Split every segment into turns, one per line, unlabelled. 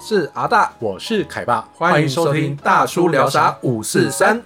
是阿大，
我是凯爸，
欢迎收听大叔聊啥五四三。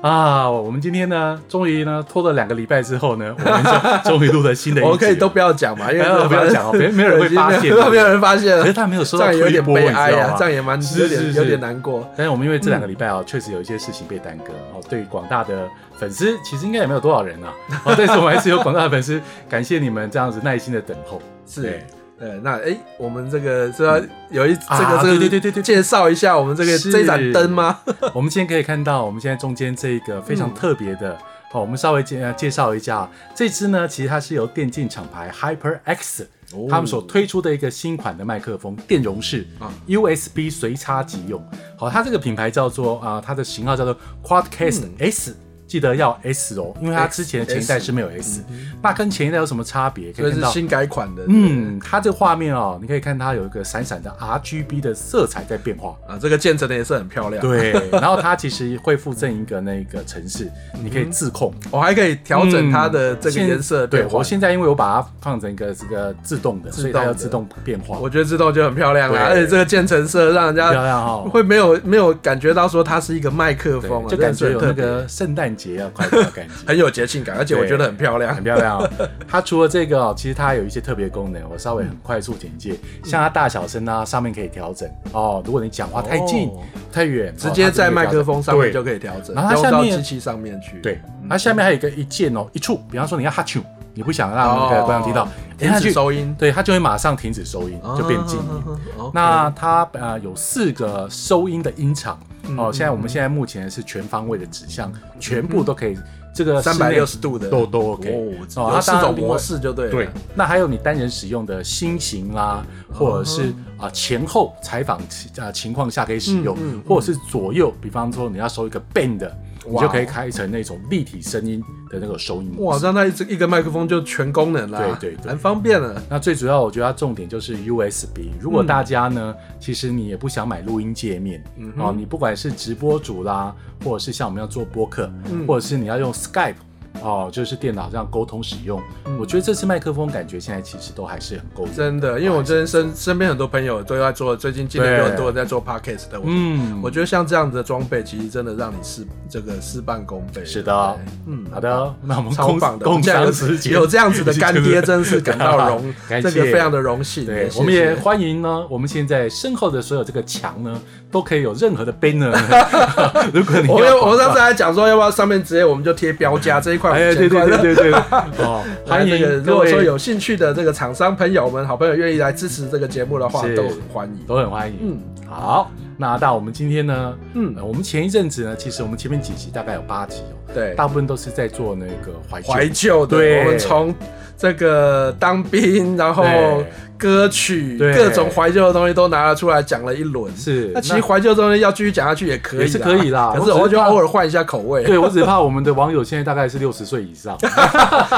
啊！我们今天呢，终于呢拖了两个礼拜之后呢，我们 就终于录了新的一集。
我们可以都不要讲嘛，因为
哎不要讲哦别没有人会发现
没有人发现
可
了
是。他没有收
这
到
样有
推
点
播，
悲
你知
哀
道
啊
吗，？
这样也蛮
是
有点
是
有点
是
难过。
但是我们因为这两个礼拜
嗯
啊，确实有一些事情被耽搁，然后对广大的粉丝其实应该也没有多少人啊， 哦，但是我们还是有广大的粉丝，感谢你们这样子耐心的等 候。
是
对，
对，那哎，我们这个是要有一这
啊
个这个
对对对对对
介绍一下我们这个
是
这一盏灯吗？
我们今天可以看到，我们现在中间这一个非常特别的，
嗯
好、我们稍微介呃介绍一下，这支呢，其实它是由电竞厂牌 HyperX
哦
他们所推出的一个新款的麦克风，电容式、
啊
USB 随插即用。好，它这个品牌叫做啊、它的型号叫做
嗯
Quadcast S。记得要 S 哦，因为它之前的前一代是没有 S，, 那跟前一代有什么差别？可
嗯所
以
以
看
是
到
新改款的。
嗯，它这个画面哦，你可以看它有一个闪闪的 RGB 的色彩在变化。
啊，这个建成的也是很漂亮。，
对，然后它其实会附赠一个那个城市，你可以自控嗯
我还可以嗯调整它的这个
现
颜色的
对
变化
我。现在因为我把它放成一个这个自动的，所以它要自动变化。
我觉得自动就很漂亮啦，
对
而且这个渐层色让人家
漂亮哦
会没有没有感觉到说它是一个麦克
对
风啊，
就感觉
真的是
有那
很特别
个圣诞节要快到的 感觉。
很有节庆感，而且我觉得很漂亮
很。漂亮、哦，它除了这个哦，其实它还有一些特别功能，我稍微很快速简介，
嗯
像它大小声啊，上面可以调整哦。如果你讲话太近、
哦
太远，
直接在麦克风上面就
以。
可以调整，嗯
然后它
用
下
到
面
机器上面去。
对，它下面还有一个一键哦，一触，比方说你要哈啾，你不想让那个观众听到
哦，
点
停
下
止
去
收音，
对，它就会马上停止收音，就变静音。
啊。啊啊啊
那它呃有四个收音的音场
嗯
哦，现在我们现在目前是全方位的指向，全部都可以，这个
三
室
百
内
六十度的
都都 OK
哦，有
它
四
当然
种
另
模
外
式就对了。嗯
对，那还有你单人使用的新型啦，或者是啊、前后采访啊情况下可以使用，
嗯嗯
或者是左右，比方说你要收一个 band 的，你
哇哦
就可以开成那种立体声音的那个收音模
哇，
式。
让它一直一个麦克风就全功能了，
对对对
很方便了。
那最主要，我觉得它重点就是 USB。如
嗯
果大家呢，其实你也不想买录音界面，
嗯
哦，你不管是直播主啦，或者是像我们要做播客，
嗯
或者是你要用 Skype。哦，就是电脑这样沟通使用，
嗯
我觉得这次麦克风感觉现在其实都还是很够用。
真的，因为我真身身边很多朋友都在做，最近今年
对
有很多人在做 podcast 的，我、
嗯，
我觉得像这样子的装备，其实真的让你事这个事半功倍。
是的
对，
嗯，好的，那 我们
超
工
棒的，
工
这样
商
有
时间
有这样子的干 爹，真是感到荣，
感
这
谢
个非常的荣幸。
对，
谢
我们也
谢
欢迎呢。我们现在身后的所有这个墙呢，都可以有任何的 banner 呢。 如果你
我有
要
我
广告
上次还讲说，要不要上面直接我们就贴标价这一块，
哎，对对对对 对，哦，欢
这个
迎
如
各
果
位，
说有兴趣的这个厂商朋友们、好朋友愿意来支持这个节目的话，
是
都很欢迎。
都很欢迎。嗯，好，那到我们今天呢，
嗯
嗯，我们前一阵子呢，其实我们前面几集大概有八集哦，
对，
大部分都是在做那个怀旧。
怀旧的，
对
我们从这个当兵，然后
对
歌曲，
对
各种怀旧的东西都拿了出来讲了一轮。
是，
那其实怀旧的东西要继续讲下去也可以啦，
也是可以啦
可是
我只是
我就
怕
偶尔换一下口味，
对我只怕我们的网友现在大概是六十岁以 上，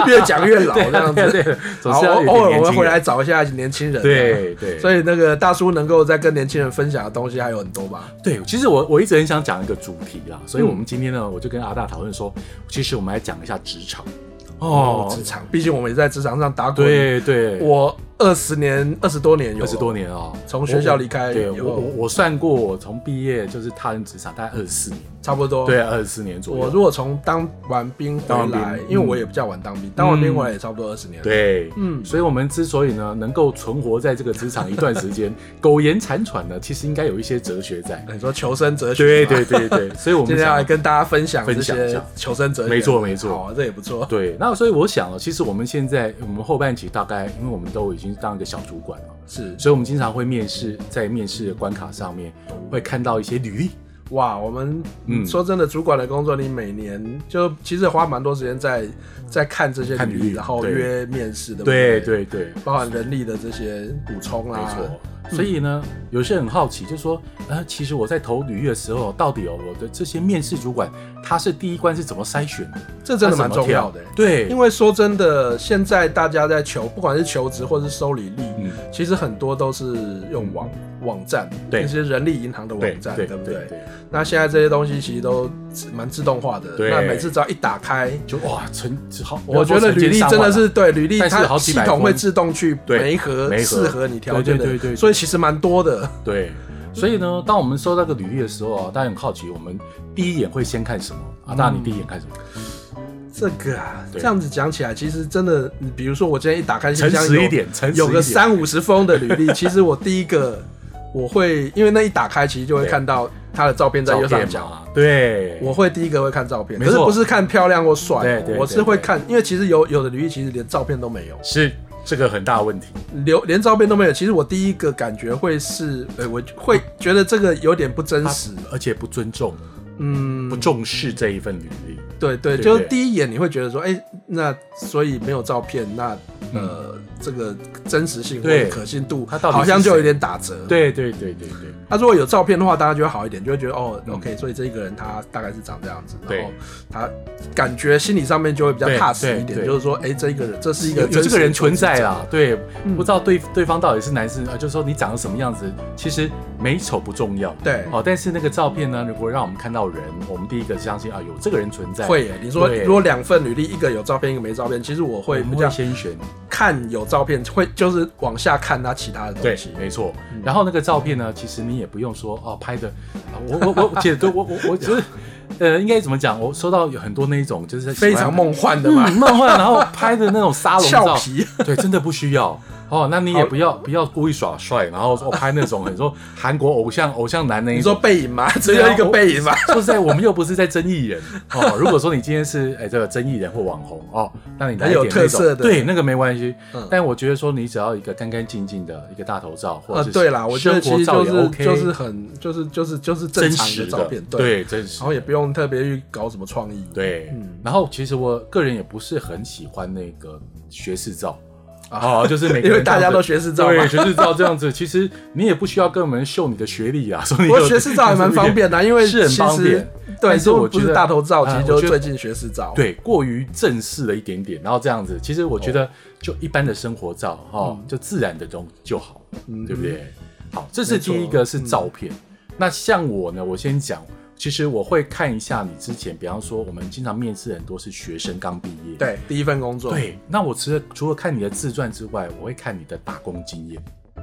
越讲越老
对
这样
对
子。
对，总
好，
是要有
我
点
偶尔
年
我会
轻
回
人
来找一下年轻人。
对对，
所以那个大叔能够在跟年轻人分享的东西还有很多吧？
对，其实我我一直很想讲一个主题啦，所以
嗯
我们今天呢，我就跟阿大讨论说，其实我们来讲一下职场。
哦，职场，毕竟我们也在职场上打滚。，
对对，
我二十年、二十多年有
二十多年哦，
从学校离开
我对
以
我
后
我我算过，我从毕业就是踏入职场大概二十四年，
差不多。
对，，啊二十四年左
哦我
右。
如果从当完兵回
当
来
完，兵嗯
因为我也比较晚当兵，当完兵回来也差不多二十年了。
对，
嗯
嗯，所以我们之所以呢能够存活在这个职场一段时间，苟延残喘呢，其实应该有一些哲学在。
你说求生哲学
对
嘛，
对对对，所以我
今
们
天要
想
来跟大家分享这
分享一
些
下
求生哲学。
没错没错
好，这也不错。
对，那所以我想了，哦其实我们现在我们后半期大概，因为我们都已经当一个小主管了。
是
所以我们经常会面试，在面试的关卡上面会看到一些履历，
哇，我们
嗯
说真的，主管的工作，你每年就其实花蛮多时间在在看这些
看
履
履
历，
历
然后
对
约面试，对不
对对对，
包含人力的这些补充啊啦、
没错。哦所以呢，有些人很好奇，就说，呃，其实我在投履历的时候，到底哦，我的这些面试主管，他是第一关是怎么筛选的？
这真的蛮重要的、
他怎么挑对，
因
为
为说真的，现在大家在求，不管是求职或是收履历，
嗯
其实很多都是用网网站，
对
那些人力银行的网站，
对
不
对对，
那现在这些东西其实都自蛮自动化的，
对
那每次只要一打开，
就哇成好，
我觉得履历真的是对履历，
但是
它
好几
系
百
统会
封
自动去
对
每一盒
每一盒
适合你条件的，
对对对对
所以其实蛮多的。
对，所以呢，当我们收到个履历的时候啊，大家很好奇，我们第一眼会先看什么
嗯
啊？那你第一眼看什么？
这个啊，
对
这样子讲起来，其实真的，你比如说我今天一打开
诚
信箱，
实一点，诚实一
有
点。
个三五十封的履历， 其实我第一个我会，因为那一打开其实就会
对
看到他的照片在
照
右上
片
角，
嘛，对，
我会第一个会看照片，
没
可是
错
不是看漂亮或帅哦，
对对
我
对
是会
对
看，因为其实有有的履历其实连照片都没有，
是这个很大问题。
留连照片都没有。其实我第一个感觉会是，呃，我会觉得这个有点不真实，
而且不尊重、
嗯
不，重视这一份履历。
对对，
对
就是
对
第一眼你会觉得说，哎，那所以没有照片，那呃，这个真实性或者
嗯对
可信度，
它到底
好像
是谁
就有点打折，
对对对对对，
他如果有照片的话，大家就会好一点，就会觉得哦，OK，所以这一个人他大概是长这样子，
嗯对
然后他感觉心理上面就会比较
对
踏实一
对
点，
对
就是说，哎，这一个人这是一个
有有
真
这
实
个
的
人存在啦，对，
嗯
不知道对对方到底是男是呃，就是说你长得什么样子，其实美丑不重要。
对
哦，但是那个照片呢，如果让我们看到人，我们第一个相信啊，有这个人存在，
会耶。你说
对
如果两份履历，一个有照片，一个没照片，其实我
我
会
们
比
会
较
先选，
看有照片，会就是往下看他其他的东
对
西，。
没错。
嗯
然后那个照片呢，其实你也不用说哦，拍的，啊我我我姐，对我我我就是，呃，应该怎么讲？我收到有很多那一种就是
非常梦幻的嘛
嗯，梦幻，然后拍的那种沙龙
俏
照，
皮，
对，真的不需要哦。那你也不要不要故意耍帅，然后说拍那种很说韩国偶像偶像男那一
你说
种。
背影吗？只有一个背影吗？
说实在，我们又不是在争议人 哦。如果说你今天是哎这个争议人或网红哦，那你来一
很有
点那
特色
种
的
对那个没关系
嗯。
但我觉得说你只要一个干干净净的一个大头照，或
呃
者，是
对啦，我觉得
生
其
活
实就
照也
是
OK，
就是很就是就是就是正
真
常
实
的照片，对，
对真实
然后也不用特别去搞什么创意，
对
嗯。
然后其实我个人也不是很喜欢那个学士照。哦，就是每
啊
个
因为
人
大
这
家
样子
都学士照嘛
对，。学士照这样子，其实你也不需要跟我们秀你的学 历啊，所以
不过学士照还蛮方便的，啊因为
是很
其
方
实
便
对，
但是
如果
我
不
觉得
是大头照，其
啊
实就
我
是
觉得
最近学士照。，
对过于正式了一点点，然后这样子，其实我觉得就一般的生活照哈、哦就自然的东就好，
嗯
对不对？好，这是
没错
第一个是照片。那像我呢，我先讲，其实我会看一下你之前，比方说我们经常面试很多是学生刚毕业，
对，第一份工作，
对。那我除了除了看你的自传之外，我会看你的打工经验。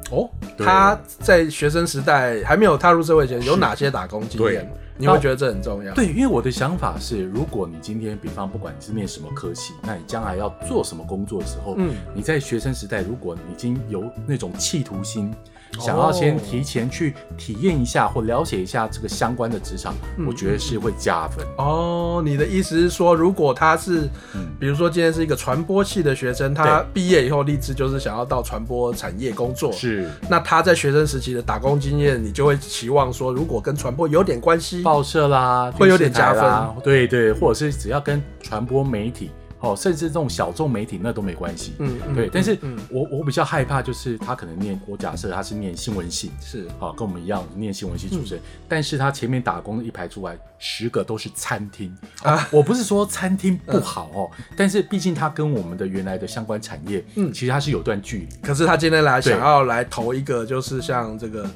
哦，
对
他在学生时代还没有踏入社会前，有哪些打工经验
对？
你会觉得这很重要？
对，因为我的想法是，如果你今天，比方不管你是念什么科系，那你将来要做什么工作的时候，
嗯
你在学生时代，如果已经有那种企图心，
哦
想要先提前去体验一下或了解一下这个相关的职场，
嗯
我觉得是会加分。
哦，你的意思是说，如果他是，
嗯
比如说今天是一个传播系的学生，他毕业以后立志就是想要到传播产业工作，
是
那他在学生时期的打工经验，你就会期望说，如果跟传播有点关系，
报社啦，
会有点
电视台
加
啦，对对，或者是只要跟传播媒体。哦，甚至这种小众媒体那都没关系，
嗯嗯
对。但是
嗯
我我比较害怕，就是他可能念，我假设他是念新闻系，
是
好，跟我们一样念新闻系出身，
嗯
但是他前面打工的一排出来，十个都是餐厅
啊嗯
啊。我不是说餐厅不好哦，但是毕竟他跟我们的原来的相关产业，
嗯
嗯，其实它是有段距离。
可是他今天来
对
想要来投一个，就是像这个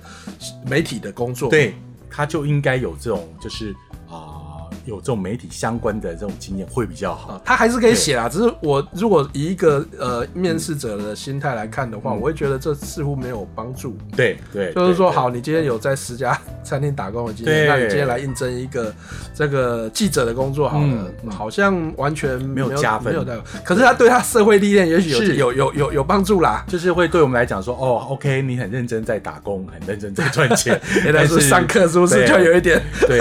媒体的工作，，
对，他就应该有这种就是啊、有这种媒体相关的这种经验会比较好。
啊，他还是可以写啦。只是我如果以一个呃面试者的心态来看的话，我会觉得这似乎没有帮助。
对嗯对，
就是说，
对，
好，你今天有在十家餐厅打工的经验，
对
那你今天来应征一个这个记者的工作，好了，
嗯
好像完全没
有加分
没有加分。可是他对他社会历练也许有
是
有有有有帮助啦。，
就是会对我们来讲说，哦，OK，你很认真在打工，很认真在赚钱
原来
但
是上课是不是
对
就有一 点？
对，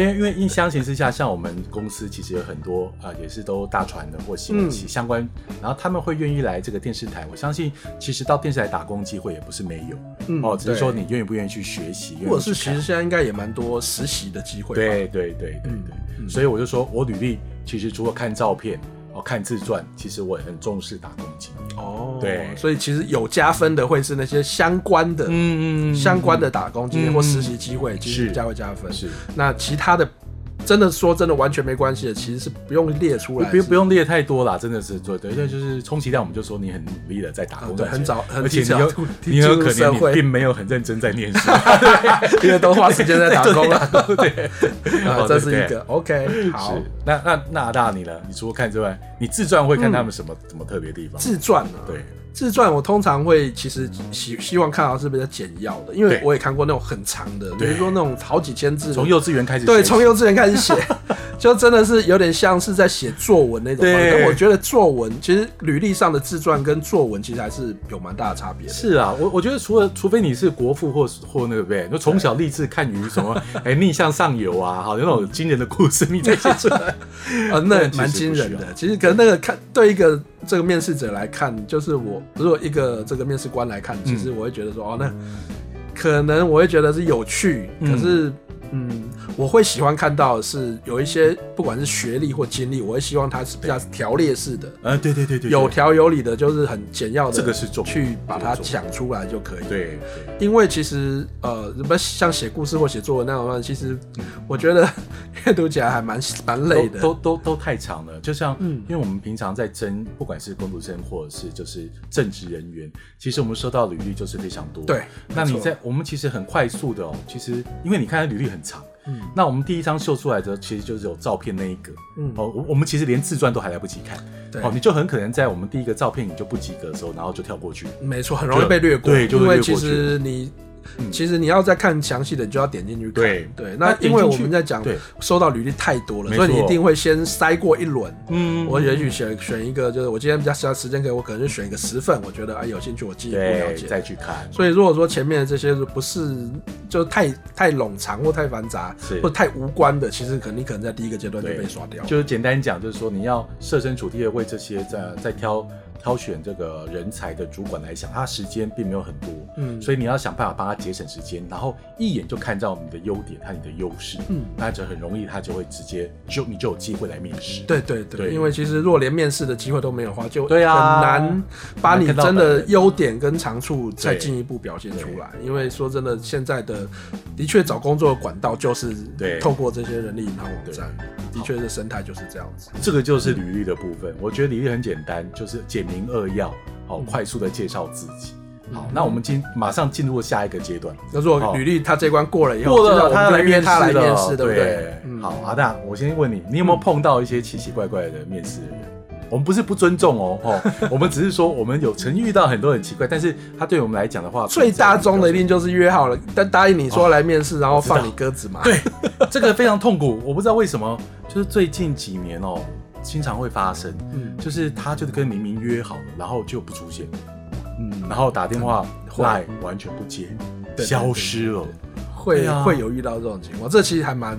因为因为因相形之下，像我们公司其实有很多啊、呃也是都大船的或
嗯
新闻系相关，然后他们会愿意来这个电视台。我相信，其实到电视台打工机会也不是没有、
嗯
哦，只是说
对
你愿意不愿意去学习，愿
或
意
者是
去
其实现在应该也蛮多实习的机会吧。
对对对对对，
嗯
所以我就说我履历其实除了看照片哦看自传，其实我也很重视打工经验。
哦，
对
所以其实有加分的会是那些相关的、
嗯
相关的打工经验
嗯
或实习机会，其实
是
比较会加分。
是
那其他的真的说真的完全没关系的，其实是不用列出
不
来，
不用不
用，
用列太多啦，真的是对对，对，就是充其量我们就说你很努力的在打工
对，
赚钱，
很早很
而
提
且你
早
有
入
你有
进入
可
社
能你并
会，
没有很认真在念 书，
因为都花时间在打工了，
对，
啊，
哦
这是
对
一个 OK 好
是。那那那大你呢？你除了看之外，你自传会看他们什么什么特别地方？
嗯自传啊，
对，
自传我通常会其实希希望看到是比较简要的，因为
对
我也看过那种很长的，比
对
如说那种好几千字的，
从幼稚园开始
对
学习，
从幼稚园开始写， 就真的是有点像是在写作文那种方式。
对
但我觉得作文其实履历上的自传跟作文其实还是有蛮大的差别的。
是啊，我我觉得除了除非你是国父或或那个呗，就从小立志看鱼 什么，哎逆向上游啊，好那种惊人的故事你再写 出来，
呃，那
对其实
蛮惊人
不需
的。其实可能那个看对一个这个面试者来看，就是我如果一个这个面试官来看，
嗯
其实我会觉得说，哦，那可能我会觉得是有趣，
嗯
可是。嗯，我会喜欢看到的是有一些不管是学历或经历，我会希望它是比较条列式的，
呃对对对对，
有条有理的，就是很简要的，
这个是重点
去把它
这个重
讲出来就可以。
对
因为其实呃，不像写故事或写作文那种东西，其实我觉得 阅读起来还蛮蛮累
对
的。
嗯都都都都太长了，就像
嗯
因为我们平常在征，不管是工读生或者是就是正职人员，其实我们收到履历就是非常多，
对，
那
没
你
错
在我们其实很快速的哦，其实因为你看它履历很长，
嗯
那我们第一张秀出来的其实就是有照片那一个，
嗯
哦，我我们其实连自传都还来不及看，
对
哦，你就很可能在我们第一个照片你就不及格的时候，然后就跳过去，
没错，很容易被略过，
对就
因
会
为
略
其
过去
实你。
嗯
其实你要再看详细的，你就要点进去看。
对
那
那点
因为
进
我
去
们在讲
对
收到履历太多了，
没
所以你一
错
定会先筛过一轮。
嗯
我也许选选一个，就是我今天比较少时间，可以我可能就选一个十份，我觉得啊有兴趣，我进一步了
对
解。
再去看，
所以如果说前面的这些不是就太太冗长或太繁杂
是，
或太无关的，其实可能你可能在第一个阶段就
对
被刷掉了。
就是简单讲，就是说你要设身处地的为这些在在挑挑选这个人才的主管来想，他时间并没有很多，
嗯
所以你要想办法帮他节省时间，然后一眼就看到你的优点和你的优势，
嗯
那就很容易他就会直接就你就有机会来面试，
对对对，
对
因为其实如果连面试的机会都没有的话，就
对啊
很难把你
很难看到
真的
本人
优点跟长处再
对
进一步表现出来。因为说真的，现在的的确找工作的管道就是
对
透过这些人力银行网站，
对
的确是生态就是这样子。
这个就是履历的部分。我觉得履历很简单，就是简明扼要，好、
嗯
快速的介绍自己。好
嗯，
那我们进马上进入下一个阶段。
那如果
好
履历他这关过了以后，接
过
下
了，
我
他
们
来
就约
面
他来
试
面
了，
试，对不对？嗯
好，阿大，我先问你，你有没有碰到一些奇奇怪怪的面试人？我们不是不尊重哦， 哦，我们只是说我们有曾遇到很多很奇怪，但是他对我们来讲的话，
最大宗的一定就是约好了，但答应你说来面试，然后
哦知道
放你鸽子嘛。
对， 这个非常痛苦。我不知道为什么，就是最近几年哦，经常会发生，
嗯
就是他就跟明明约好了，然后就不出现，
嗯，
然后打电话
会
赖完全不接，
对对
消失了。
会
对啊
会有遇到这种情况，这其实还蛮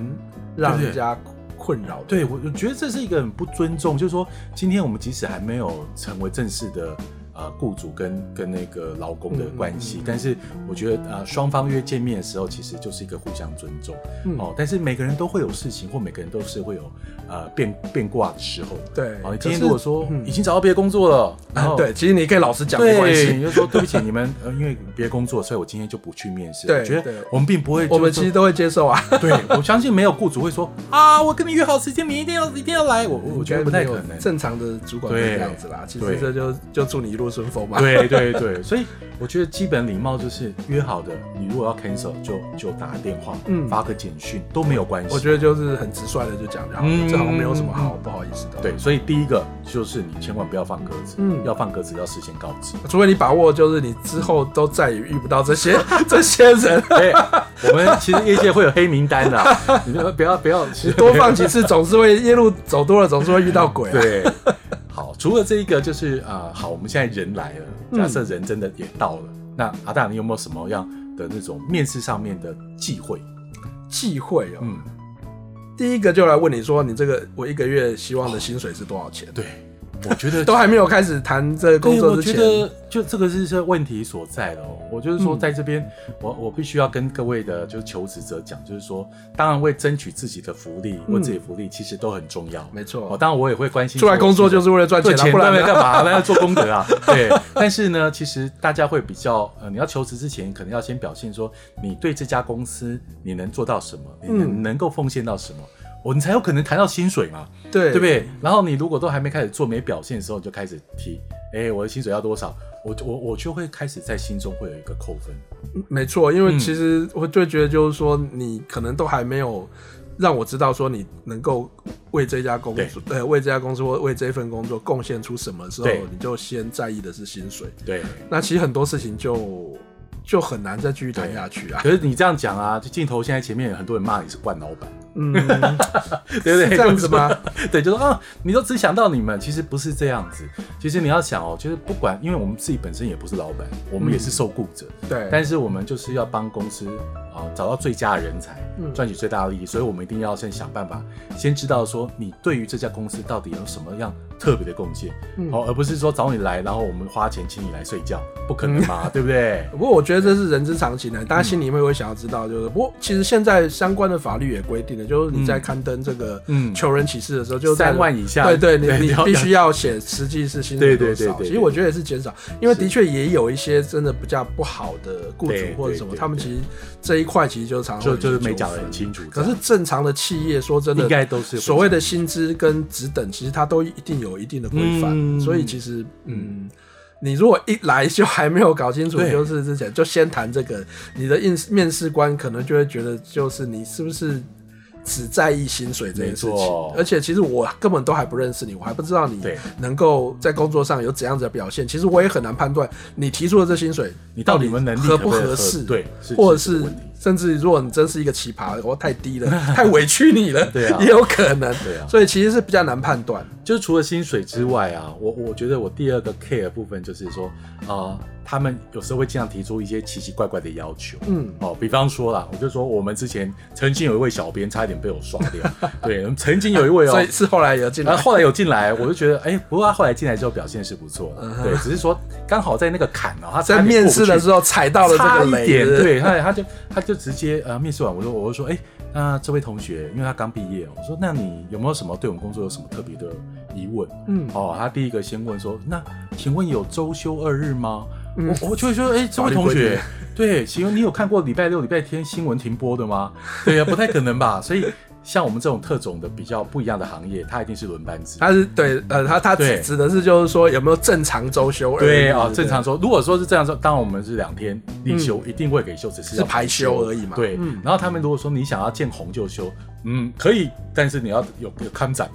让
对
人
不对
家困扰的。
对，我我觉得这是一个很不尊重，就是说，今天我们即使还没有成为正式的呃雇主跟跟那个劳工的关
嗯
系，但是我觉得呃双方约见面的时候，其实就是一个互相尊重、
嗯
哦。但是每个人都会有事情，或每个人都是会有呃变变卦的时候。
对
哦，你
可
今天
是
如果说、哦
嗯
已经找到别的工作了，然
啊
后，
对，其实你可以老实讲，没关
对，
系。
你就说对不起，你们呃因为别的工作，所以我今天就不去面试。
对
我觉得
对
我们并不会就是说，
我们其实都会接受啊，
对，我相信没有雇主会说啊，我跟你约好时间，明天一定要一定要来。我我我 觉得不太可
应该没有
能。
正常的主管会
对
这样子啦，其实
对
这就就祝你一路顺风嘛。
对对对，所以我觉得基本礼貌就是约好的，你如果要 cancel 就就打个电话，
嗯
发个简讯都没有关系。
我觉得就是很直率的就讲就好了，
嗯
这好像没有什么好不好意思的。
对，，所以第一个就是你千万不要放鸽子，
嗯
要放鸽子要事先告知。
除非你把握就是你之后都再也遇不到这 些这些人，
对，我们其实业界会有黑名单的，啊你就不要 不要，其实
多放几次总是会夜路走多了总是会遇到鬼啊。
对， 好，除了这一个，就是啊、呃好，我们现在人来了，
嗯
假设人真的也到了，那阿大，你有没有什么样的那种面试上面的忌讳？
忌讳哦。
嗯，
第一个就来问你说你这个我一个月希望的薪水是多少钱？
对，我觉得
都还没有开始谈这个工
对，
作
我
之
觉
前，
得就这个是是问题所在了哦。我就是说，
嗯
在这边，我我必须要跟各位的就是求职者讲，就是说，当然为争取自己的福利，为自己的福利其实都很重要。
嗯没错
哦，当然我也会关心
出来工作
求职者
就是为了赚钱
对
啊，
钱
不然
赚来
呢
干嘛？那要做功 德啊。对，但是呢，其实大家会比较，呃，你要求职之前，可能要
嗯
先表现说，你对这家公司你能做到什么，你能、能够奉献到什么。我你才有可能谈到薪水嘛，
对
对不对？然后你如果都还没开始做、没表现的时候，你就开始提，哎，我的薪水要多少？我我我就会开始在心中会有一个扣分，
没错，因
嗯
为其实我就觉得就是说，你可能都还没有让我知道说你能够为这家公
对
司，呃，为这家公司或为这份工作贡献出什么之后
对，
你就先在意的是薪水。
对。
那其实很多事情就就很难再继续谈下去 啊。
可是你这样讲啊，就镜头现在前面有很多人骂你是惯老板，
嗯，
对不
是
对？
这样子 吗？
对，就说啊，你都只想到你们，其实不是这样子。其实你要想哦，就是不管，因为我们自己本身也不是老板，我们也是受雇者，
嗯对，
但是我们就是要帮公司啊、找到最佳的人才
嗯，
赚取最大的利益，所以我们一定要先想办法，先知道说你对于这家公司到底有什么样特别的贡献，
嗯
哦，而不是说找你来，然后我们花钱请你来睡觉，不可能
嗯
嘛，对不对？
不过我觉得这是人之常情的，大家心里面会想要知道，就是不过其实现在相关的法律也规定了，就是你在刊登这个
嗯
求人启事的时候，就在
三万以下，
对对，你你
要
必须要写实际是薪水
对
多
对对
少。
对对
其实我觉得也是减少，因为的确也有一些真的比较不好的雇主
对
或者
对
什么，
对
他们其实这一块其实就常常
就
会
就是
有一些
没讲
纠
的
纷
很清楚这
可
样，
是正常的企业，说真的，
应该都是会
所谓的薪资跟职等，其实它都一定有一定的规范，
嗯
所以其实嗯。你如果一来就还没有搞清楚，
对
就是之前就先谈这个，你的应面试官可能就会觉得，就是你是不是只在意薪水这件事情
没错，
而且其实我根本都还不认识你，我还不知道你
对
能够在工作上有怎样子的表现，其实我也很难判断你提出的这薪水
你到底有没有能力
合不
可不可以
合
合
适，
对是
或者
是
是
这个问题
甚至如果你真是一个奇葩，我太低了， 太委屈你了，
对啊
也有可能，
对啊
所以其实是比较难判断，
就是除了薪水之外啊，我我觉得我第二个 care 部分就是说，呃，他们有时候会经常提出一些奇奇怪怪的要求。
嗯，
哦，比方说啦，我就说我们之前曾经有一位小编差一点被我刷 掉，对，曾经有一位哦，
所以是后来有进
然
来
后，后来有进来，我就觉得，哎、不过他后来进来之后表现是不错的，
嗯哼
对，只是说刚好在那个坎哦，他
在面试的时
候
候踩到了这
差
个
一
雷，
点，
是不是，
对，他他就他就直接呃面试完，我说我就说，哎、那这位同学，因为他刚毕业，哦我说那你有没有什么对我们工作有什么特别的疑问？
嗯，
哦，他第一个先问说，那请问有周休二日吗？
嗯
我我就会说，哎、这位同
法律规定
学，对，请问你有看过礼拜六、礼拜天新闻停播的吗？对呀、不太可能吧？所以像我们这种特种的比较不一样的行业，它一定是轮班制。
他是对，呃，他他指
对
指的是就是说有没有正常周休而已，
对
不
啊，正常说，如果说是这样说，当然我们是两天例休，一定会给休，只是
嗯
要
是排休而已嘛
对，
嗯
然后他们如果说你想要见红就休，嗯，可以，但是你要有有 看展，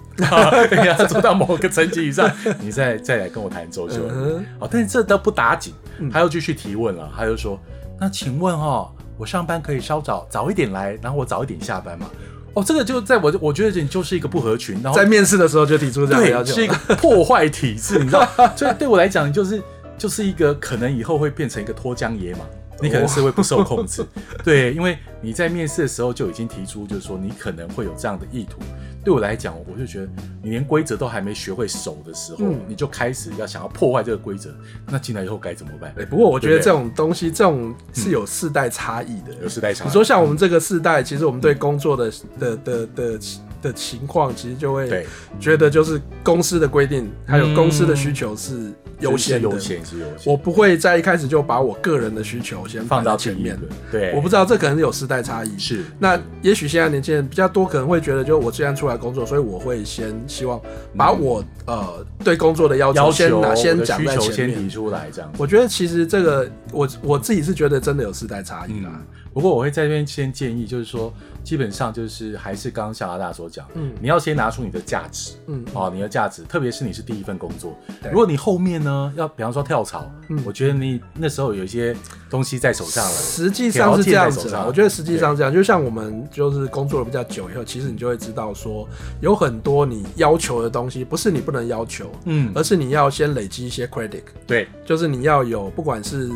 你要做到某个层级以上，你再再来跟我谈周休。
嗯
好，但是这都不打紧，他又继续提问了，他就说：“那请问哦，我上班可以稍早早一点来，然后我早一点下班嘛？”哦，这个就在我我觉得你就是一个不合群，然后
在面试的时候就提出这样的要
对，
求，
是一个 破坏体制，你知道？ 所以对我来讲，就是就是一个可能以后会变成一个脱缰野马，你可能是会不受 控制。对，因为你在面试的时候就已经提出，就是说你可能会有这样的意图。对我来讲，我就觉得你连规则都还没学会守的时候，
嗯
你就开始要想要破坏这个规则，那进来以后该怎么办？
哎不过我觉得
对不对嗯
这种东西，这种是有世代差异的。
有时代差。嗯
你说像我们这个世代，其实我们对工作的的的的的情况，其实就会
对
觉得就是公司的规定，还有公司的需求是优先的。
嗯是优先是优先，
我不会在一开始就把我个人的需求先
放
摆在
到
前
第一
面
个。对，
我不知道这可能是有时代差异。
是
那也许现在年轻人比较多，可能会觉得，就我既然出来工作，所以我会先希望把我、呃对工作的要求
嗯要
先
求
拿先
我的
讲
需
在
求
前
先
面
提。出来这样。
我觉得其实这个我我自己是觉得真的有时代差异啦。
嗯，不过我会在这边先建议，就是说，基本上就是还是刚刚小阿大所讲，
嗯
你要先拿出你的价值，
嗯
哦，你的价值，特别是你是第一份工作
对，
如果你后面呢要，比方说跳槽，
嗯
我觉得你那时候有一些东西在手上了，
实际上是这样
啊条件在
子
手
啦，
上
我觉得实际上这样，就像我们就是工作了比较久以后，其实你就会知道说，有很多你要求的东西，不是你不能要求，
嗯，
而是嗯你要先累积一些 credit，
对，
就是你要有不管是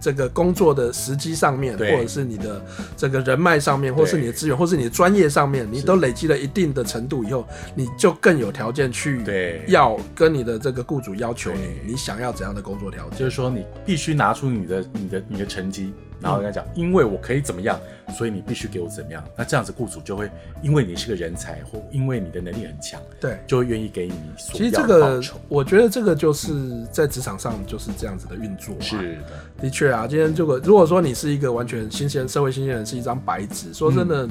这个工作的时机上面，或
对
者是你的这个人脉上面，或是你的资源，或是你的专业上面，你都累积了一定的程度以后，你就更有条件去
对
要跟你的这个雇主要求
对
你你想要怎样的工作条件。嗯
就是说你必须拿出你的你的你的成绩，然后跟他讲，因为我可以怎么样，所以你必须给我怎么样？那这样子雇主就会因为你是个人才，或因为你的能力很强，
对，
就会愿意给你所
其实这
要的报
个
酬。，
我觉得这个就是在职场上就是这样子的运作、啊。，
是的，
的确啊，今天如果如果说你是一个完全新鲜社会新鲜人，是一张白
嗯
纸，说真的，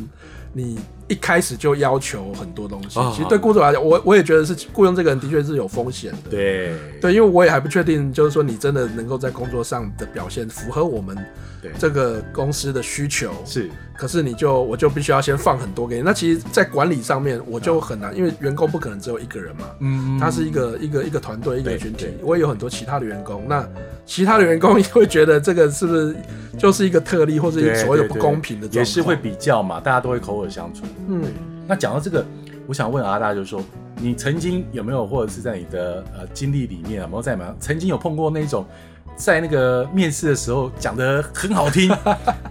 你一开始就要求很多东西，
啊
其实对雇主来讲，我我也觉得是雇佣这个人的确是有风险的。
对
对，因为我也还不确定，就是说你真的能够在工作上的表现符合我们
对
这个公司的需求，
是
可是你就我就必须要先放很多给你。那其实，在管理上面我
啊
就很难，因为员工不可能只有一个人嘛，
嗯
他是一个一个一个团队一个
对
群体
对，
我也有很多其他的员工，那其他的员工也会觉得这个是不是就是一个特例，或
对
是所有
对
不
对
公平的状况？
也是会比较嘛，大家都会口耳相传。
嗯，
那讲到这个，我想问阿大，就是说，你曾经有没有，或者是在你的呃经历里面，有没有在吗？曾经有碰过那种，在那个面试的时候讲的很好 听，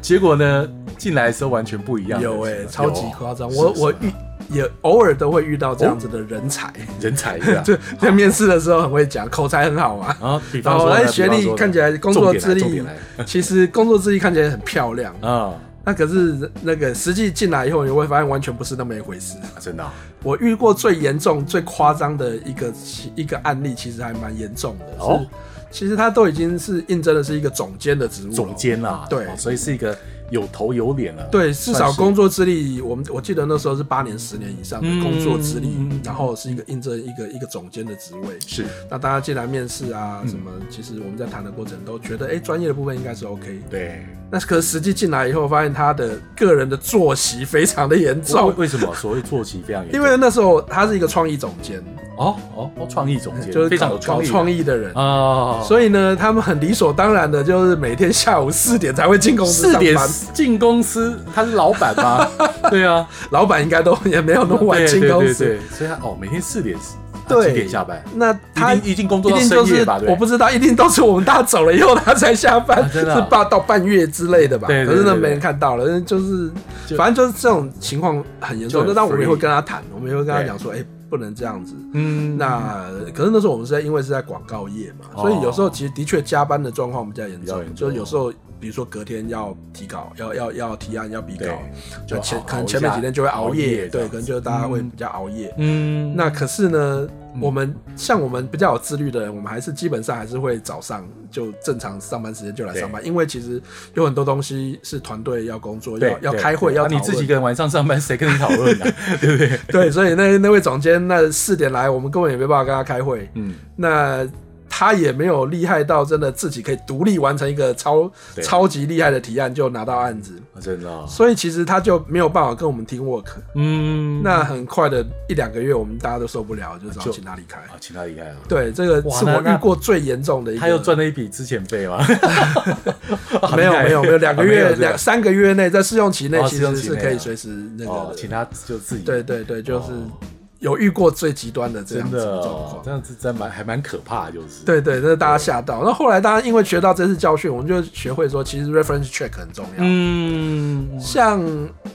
结果呢进来的时候完全不一样的情
有
况，
哎、超级夸张，我
是是
我遇也偶尔都会遇到这样子的人才，
人才 对吧？
就在面试的时候很会讲，口才很好嘛。
然后啊比
然
方
后
说
哎
呢，
学历
比方说呢
看起来工作资
重
历
点来，
其实工作资历看起来很漂亮，
重点来 啊、
那可是那个实际进来以后，你会发现完全不是那么一回事。
真的啊、
我遇过最严重、最夸张的一个其一个案例，其实还蛮严重的。
哦
是，其实他都已经是应征的是一个总监的职务了，
总监啦，
对
哦所以是一个有头有脸啊了，
对，至
算
少
是
工作资历，我们我记得那时候是八年、十年以上的
嗯
工作资历
嗯嗯嗯，
然后是一个应征一个一个总监的职位。
是嗯
那大家进来面试啊，什么，其实我们在谈的过程都觉得，哎，专业的部分应该是 OK。
对。
那可是实际进来以后，发现他的个人的作息非常的严
为
重，
为什么所谓坐骑非常严
因
重？
为那时候他是一个创意总监，
哦哦哦，创意总监
就是
非常
搞
有
搞
创意的
创意的人。
啊，
所以呢，他们很理所当然的，就是每天下午四点才会进公司
四
上
点
班。
进公司，他是老板 吗？对啊，
老板应该都也没有那么晚进公
对
司
对对。对所以他哦，每天四点
对
几点下班？
那他
一定一定工作
一
到
定就
深
是
夜吧？对
我不知道，一定都是我们大家走了以后他才下班，
啊真的啊
是半到半夜之类的吧？
对对
可是
对
呢，
对
没人看到了，就是
就
反正就是这种情况很严重。
就很
那但我们也
free
会跟他谈，我们也会跟他
对
讲说，哎，不能这样子。
嗯
那可是那时候我们是在因为是在广告业嘛，
哦
所以有时候其实的确加班的状况比较严
比较
重
严，重
就是有时候比如说隔天要提稿，要要要提案，要比稿
对，
就
就
前
熬
可能前面几天就会熬
熬
夜，
夜
对，
这样子
可能就是大家会比较熬夜。
嗯
那可是呢，我们像我们比较有自律的人，我们还是基本上还是会早上就正常上班时间就来上班，因为其实有很多东西是团队要工作，
对
要要
对
开会，
对
要
啊
讨
你自己一
论
个人晚上上班，谁跟你讨论 啊？对不对？
对，所以那那位总监那四点来，我们根本也没办法跟他开会。
嗯，
那他也没有厉害到真的自己可以独立完成一个超
对
超级厉害的提案就拿到案子，
啊真的啊，
所以其实他就没有办法跟我们 team work。
嗯，
那很快的一两个月，我们大家都受不了，就找
就
请他离开。
啊，请他离开啊。
对，这个
哇
是
那
我遇
那
过最严重的一个。
他又赚了一笔资遣费吗？ 哦
没有没有没有两个月两
次，
三个月内在试用期内
哦
其
试用
实
期
是
内
可以
啊
随时那个
哦
的，
请他就自己
对对对，就是
哦
有遇过最极端的这样
真
子
的
的状
哦
况。
这样子真蛮还蛮可怕的，就是
对对，那大家吓到。那后来大家因为学到这次教训，我们就学会说，其实 reference check 很重要。
嗯，
像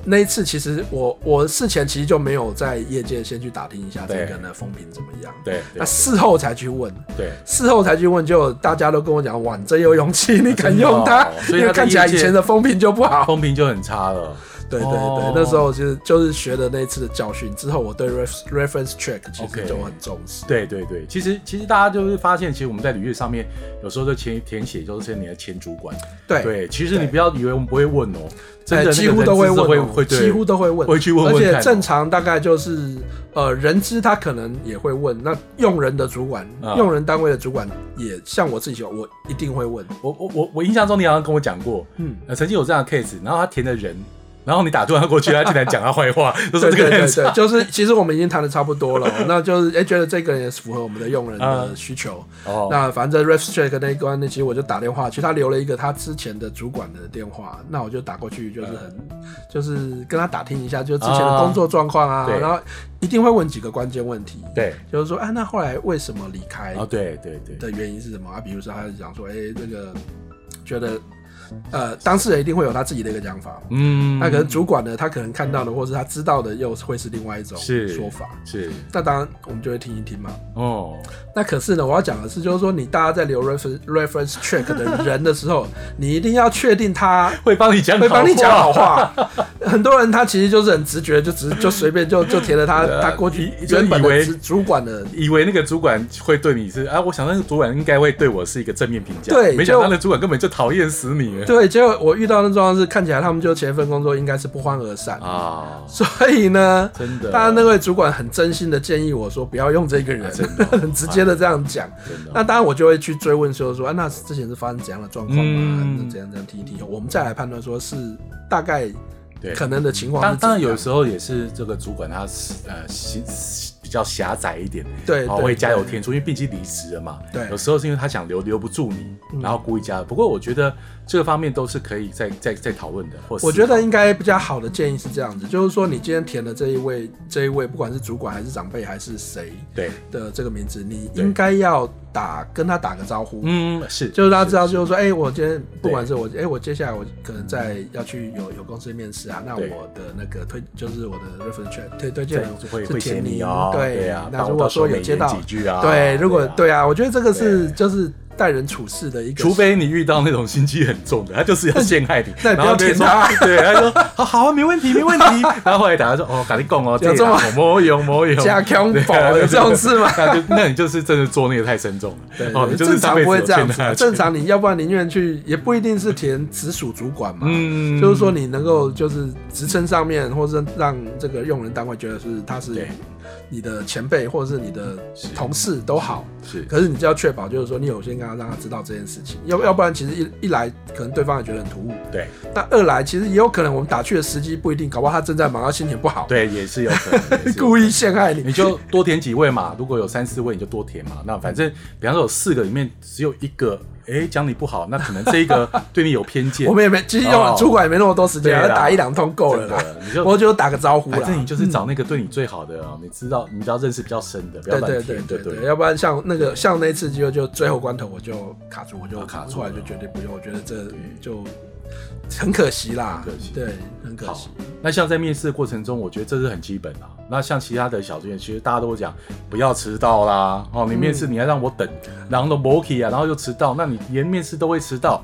那一次，其实我我事前其实就没有在业界先去打听一下这个人的风评怎么样，
对
那事后才去问，
对，
事后才去问，就大家都跟我讲，哇，你真有勇气，你敢用它
真的哦，
因
所以
为
他在
看起来以
业界哦
前的风评就不好。
风评就很差了。
对对对
哦，
那时候其实就是学的那一次的教训之后，我对 ref reference check 其实
OK
就很重视。
对对对，其实其实大家就是发现，其实我们在履历上面有时候就填填写就是你的前主管。
哎对
对，其实你不要以为我们不会问哦，真的
呃
那个
几乎
人
都
资
问
是
哦，
会会对
几乎都会问，
会去问
而
问
且
看啊哦
正常大概就是呃，人资他可能也会问，那用人的主管、
啊
用人单位的主管也像我自己，我一定会问。
我我我我印象中你好像跟我讲过，
嗯
呃，曾经有这样的 case，然后他填的人，然后你打电话过去，他竟然讲他坏话， 就说
对
这个
对
人
对
是
对，就是其实我们已经谈的差不多 了，那就是哎、觉得这个人也是符合我们的用人
啊
的需求。
哦，
那反正 ref check 那一关，那其实我就打电话去，他留了一个他之前的主管的电话，那我就打过去，就是很、就是跟他打听一下，就是之前的
啊
工作状况啊，
对
然后一定会问几个关键问题，
对，
就是说，啊，那后来为什么离开
哦对对对，
的原因是什么啊？比如说，他就讲说，哎、这个觉得呃，当事人一定会有他自己的一个讲法。
嗯，
那可能主管呢，他可能看到的或是他知道的，又会是另外一种
是
说法。
是
那当然，我们就会听一听嘛。
哦，
那可是呢，我要讲的是，就是说，你大家在留 reference reference check 的人的时 候，你一定要确定他
会帮你讲，
会帮你讲好。话。很多人他其实就是很直觉，就直就随便就就填了他
对啊
他过去
以
原本
以为
的主主管的。
以为那个主管会对你是啊，我想那个主管应该会对我是一个正面评价，
对
没想到
就
那主管根本就讨厌死你 了
对，结果我遇到的状况是，看起来他们就前一份工作应该是不欢而散，
啊，
所以呢，
真的，
当然那位主管很真心的建议我说不要用这个人，
啊真的 哎
很直接的这样讲。
真的
那当然我就会去追问说说，啊，那之前是发生怎样的状况嘛？
嗯
那怎样怎样提一提，我们再来判断说是大概
对
可能的情况
当
是怎
当
样。
然，有时候也是这个主管他呃心比较狭窄一点，
对
哦
对
会加油添醋，因为毕竟离职了嘛。
对嗯
有时候是因为他想留留不住你，然后故意加油。不过我觉得这个方面都是可以再再再讨论的，或
我觉得
思
应该比较好的建议是这样子，就是说你今天填的这一位，这一位不管是主管还是长辈还是谁
考对，
的这个名字，你
对
应该要打跟他打个招呼，
嗯是，
就是让他知道，就是说，哎、我今天不管是我，哎、我接下来我可能在要去有有公司面试啊，那
对
我的那个推就是我的 reference check 推推荐
对
人
会
是
会
填
嫌你
你
哦，
对
对啊，
那
帮我
如果
到时候
说有
美
接
言
到
几，句啊，
对，如果
啊
对啊，我觉得这个是
对
就是待人处事的一个，
除非你遇到那种心机很重的，他就是要陷害你，
那你
然后
不要舔
就说
他
对，他说好好啊，没问题，没问题。然后后来打他说哦，赶紧供哦，
有这么
个啦没有没有
加强
对啊
宝有这种事吗？
那就那你就是真的做那个太深重了，
对
哦，你
对，
就
正
是上
常
辈
不
子
会
有
这样
欠
子
他
嘛，
的
正
钱。
常你要不然宁愿去，也不一定是填直属主管嘛，
嗯
就是说你能够就是职称上面，或是让这个用人单位觉得是他是
对
你的前辈或者是你的
是
同事都好，
是
可是你就要确保就是说你有先跟他让他知道这件事情，要要不然其实一一来可能对方也觉得很突兀，
对
那二来其实也有可能我们打去的时机不一定，搞不好他正在忙，他心情不好，
对，也是有可能，也是有可能
故意陷害你，
你就多填几位嘛，如果有三四位你就多填嘛。那反正比方说有四个里面只有一个，哎，讲你不好，那可能这 一个对你有偏见
我。们也没其实用
哦
主管也没那么多时间啊，
对啦
打一两通够了啦
真的你就，
我就打个招呼啦嗯
反。正你就是找那个对你最好的哦，你知道，你只要认识比较深的，不要
对
乱
对
填，
对
对
对
不对
对，？要不然像那个像那次机会，就最后关头我就卡住，我就
啊卡住
后来就
了
决定不用，我觉得这就很可惜啦，
很可惜
对，很可
好
惜。，
那像在面试的过程中，我觉得这是很基本啊。那像其他的小职员，其实大家都会讲不要迟到啦。哦，你面
嗯
试你还让我等，然后呢 m o k y 啊，然后又迟到，那你连面试都会迟到。哦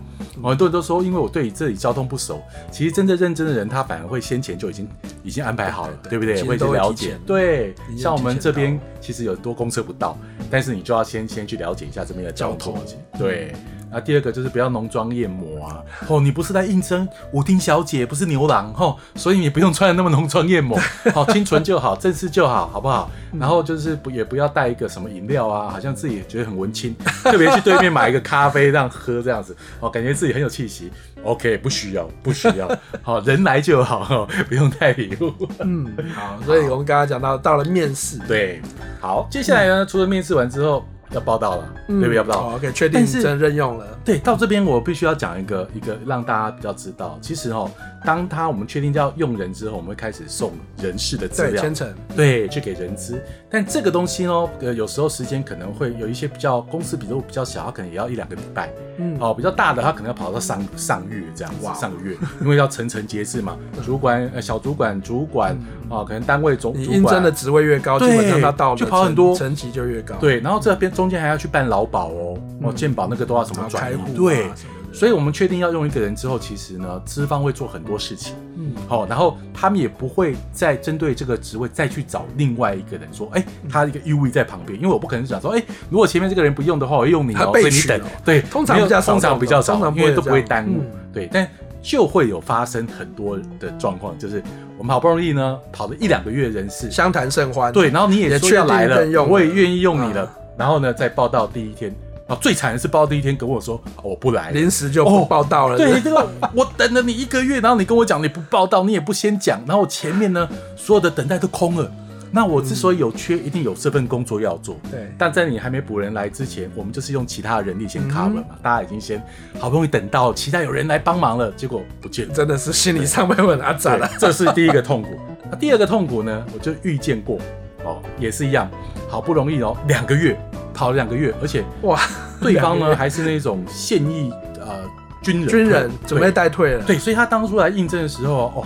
很多人都说，因为我对这里交通不熟，其实真正认真的人，他反而会先前就已经已经安排好了，
对
对不
其
对？
实
会去
都会
了
提
解
前。
对
已，经
像我们这
提前
边其实有很多公车不到，但是你就要先先去了解一下这边的交
交
通
通。
对，那第二个就是不要浓妆艳抹啊。哦，你不是在应征舞厅小姐，不是牛郎哦，所以你不用穿的那么浓妆 艳抹，好、清纯就好，正式就好，好不好？然后就是不也不要带一个什么饮料啊，好像自己觉得很文青， 特别去对面买一个咖啡让喝这样子，哦，感觉自己很有气息。OK，不需要，不需要，好、人来就好，哦、不用带礼物。
嗯，好，所以我们刚刚讲到到了面试，
对，好，接下来呢，除了面试完之后要报道了，
嗯，
对不对？要报道。
哦，OK，确定
但是
真任用了，
对，到这边我必须要讲一个一个让大家比较知道，其实哦，当他我们确定要用人之后，我们会开始送人事的资
对，
料
千，层，
对，去给人资。但这个东西呢，呃，有时候时间可能会有一些比较公司，比如比较小，它可能也要一两个礼拜，
嗯，
哦，比较大的他可能要跑到上上月这样子
哇，哦
上个月，因为要层层节制 嘛，主管、呃、小主管、主管哦，可能单位总
嗯你
主
应
管啊
征的职位越高，基
对
本上他到了
就跑很
层
多
层级就越高，，
对，然后这边中间还要去办劳保哦，哦，健保那个都要什
然
么
后
转
嗯开
移
户啊，
对，
什么的
所以我们确定要用一个人之后，其实呢，资方会做很多事情，
嗯，
好、然后他们也不会再针对这个职位再去找另外一个人说，哎，
嗯
他一个 U V 在旁边，因为我不可能想说，哎，如果前面这个人不用的话，我用你
他啊
哦，
被
所以你
取
等
了，
对，
通常
没有
比较少
通
这
常
种
比较少，
通常不
因为
会
都
这
不会
样
耽误，
嗯
对，但就会有发生很多的状况，就是我们好不容易呢跑了一两个月人事，
相谈甚欢，
对，，然后你
也
也说
确
要来
定任
了，
用
我也
了
愿意用你
嗯
了，然后呢，在报道第一天。啊，最惨的是报道第一天跟我说、哦我不来了，
临时就不
哦
报道了，
对，这个我等了你一个月，然后你跟我讲你不报道，你也不先讲，然后我前面呢所有的等待都空了。那我之所以有缺，一定有这份工作要做。
对嗯
但在你还没补人来之前，我们就是用其他的人力先 cover 嘛，大家已经先好不容易等到，期待有人来帮忙了，结果不见了。
真的是心理上面会很阿展了
对， 这是第一个痛苦。那第二个痛苦呢，我就遇见过哦，也是一样，好不容易哦，两个月跑了两个月，而且
哇，
对方呢还是那种现役呃军人
军人准备
对
带退了，
对，所以他当初来应征的时候，哦，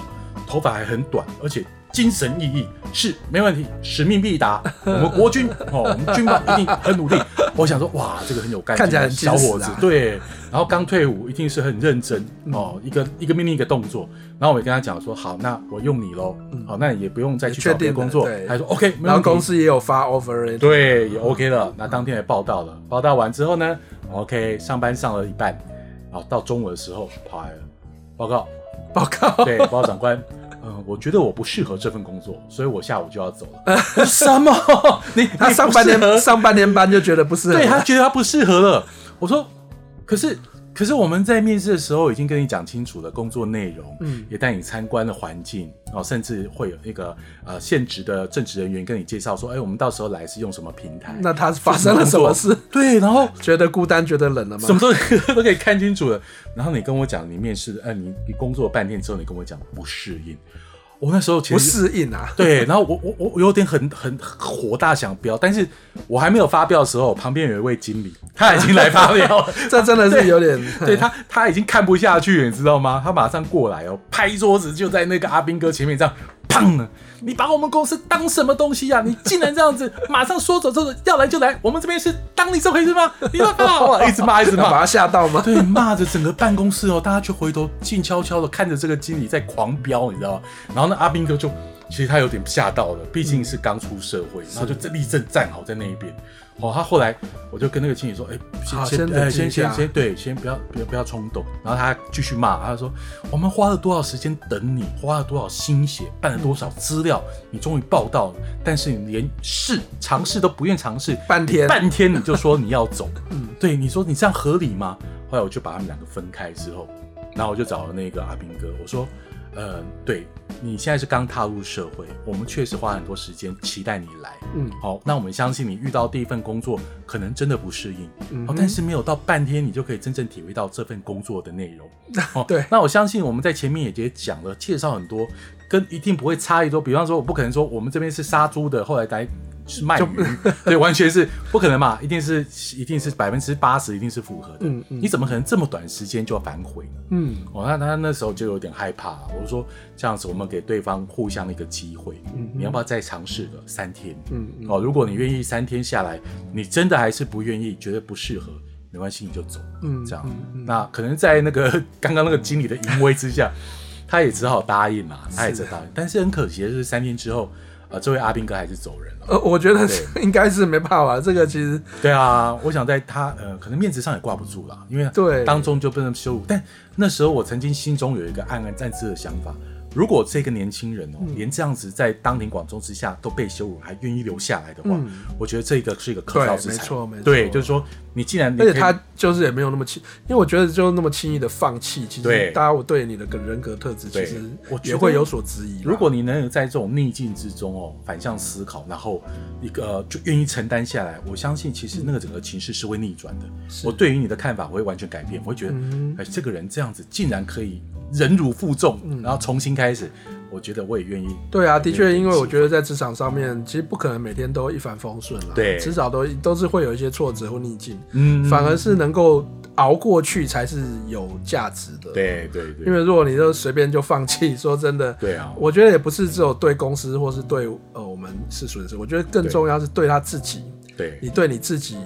头发还很短，而且精神奕奕，是没问题，使命 必达。我们国军哦，我们军方一定很努力。我想说，哇，这个很有干劲，
看起来很
小伙
精
子
神啊，嗯
对。然后刚退伍，一定是很认真哦，一个一个命令一个动作。然后我也跟他讲说，好，那我用你喽，好，那你也不用再去
嗯确
找别
定
的工
了
作
对。
他说 OK，没
然后
问
公
题。
司也有发 offer，，
对，也 OK 了。那当天也报道了，报道完之后呢，OK，上班上了一半，啊，到中午的时候跑来了，报告，
报 告，
对，报告长官，嗯，我觉得我不适合这份工作，所以我下午就要走了。 什么？你
他
你
上
不
半
适合
年上半年班就觉得不适合，
对他觉得他不适合了。我说，可是可是我们在面试的时候已经跟你讲清楚了工作内容，
嗯
也带你参观了环境哦，甚至会有那个呃现职的正职人员跟你介绍说，哎，我们到时候来是用什么平台？
那他发生了什么事？
对，然后
觉得孤单，觉得冷了吗
什？么都都可以 看清楚了。然后你跟我讲你面试，呃，你你工作半天之后，你跟我讲不适应。我那时候其实
不适应 啊，
对，然后我我我我有点很很火大想飙，但是我还没有发飙的时候，旁边有一位经理，他已经来发飙 了，
这真的是有点，哎
对他他已经看不下去了，你知道吗？他马上过来哦，拍桌子就在那个阿兵哥前面这样。砰！你把我们公司当什么东西啊？你竟然这样子，马上说走就走，要来就来。我们这边是当你这回事吗？你乱骂我，一直骂一直
要
骂
把，他吓到吗？
对，骂着整个办公室哦，大家就回头静悄悄的看着这个经理在狂飙，你知道吗？然后那阿兵哥就，其实他有点吓到了，毕
嗯
竟是刚出社会，然后就立正站好在那一边。哦，他后来我就跟那个经理说，哎、
好
先
先
先、哎
冷静
先
一
先
下啊
先对，先不要不要不要冲动。然后他继续骂，他说我们花了多少时间等你，花了多少心血，办了多少资料，你终于报到了，但是你连试尝试都不愿尝试，
半天
半天你就说你要走，
嗯
对，你说你这样合理吗？后来我就把他们两个分开之后，然后我就找了那个阿兵哥，我说，呃，对你现在是刚踏入社会，我们确实花很多时间期待你来，
嗯
好，那我们相信你遇到第一份工作可能真的不适应，
嗯
哦，
哼，
但是没有到半天，你就可以真正体会到这份工作的内容。哦
对
那我相信我们在前面也也讲了，介绍很多，跟一定不会差异多。比方说，我不可能说我们这边是杀猪的，后来来是卖鱼， 对，完全是不可能嘛，一定是一定是百分之八十一定是符合的。
嗯嗯
你怎么可能这么短时间就要反悔呢？
嗯
哦，那他那时候就有点害怕、啊我说这样子，我们给对方互相一个机会，
嗯
你要不要再尝试个三天？
嗯嗯
哦，如果你愿意三天下来，你真的还是不愿意，觉得不适合，没关系，你就走。
嗯
这样，
嗯嗯
那可能在那个刚刚那个经理的淫威之下，他也只好答应啦，他也只好答应。但是很可惜的是，三天之后，呃，这位阿兵哥还是走人了。
呃，我觉得应该是没办法，这个其实
对啊，我想在他呃，可能面子上也挂不住啦，因为
对
当中就不能羞辱。但那时候我曾经心中有一个暗暗暗自的想法：如果这个年轻人
嗯
哦，连这样子在当庭广众之下都被羞辱，还愿意留下来的话，
嗯
我觉得这个是一个可造之
对
才。
没错没错
对，就是说你既然你
而且
可以
他就是也没有那么轻，因为我觉得就那么轻易的放弃，其
对
实大家我对你的个人格特质其实
对我觉
也
得
会有所质疑啦。
如果你能有在这种逆境之中哦，反向思考，然后一个、呃就愿意承担下来，我相信其实那个整个情势是会逆转的。
是
我对于你的看法会完全改变，我会觉得，哎、
嗯
这个人这样子竟然可以忍辱负重，然后重新开始，我觉得我也愿意。
对啊，的
有
确，
点
因为我
气
觉得在职场上面，其实不可能每天都一帆风顺啦，
对
迟早都都是会有一些挫折或逆境，
嗯
反而是能够熬过去才是有价值的。，
对对对，
因为如果你就随便就放弃，说真的，
对啊，
我觉得也不是只有对公司或是对呃我们是损失，我觉得更
对
重要是对他自己，
对，
你对你自己，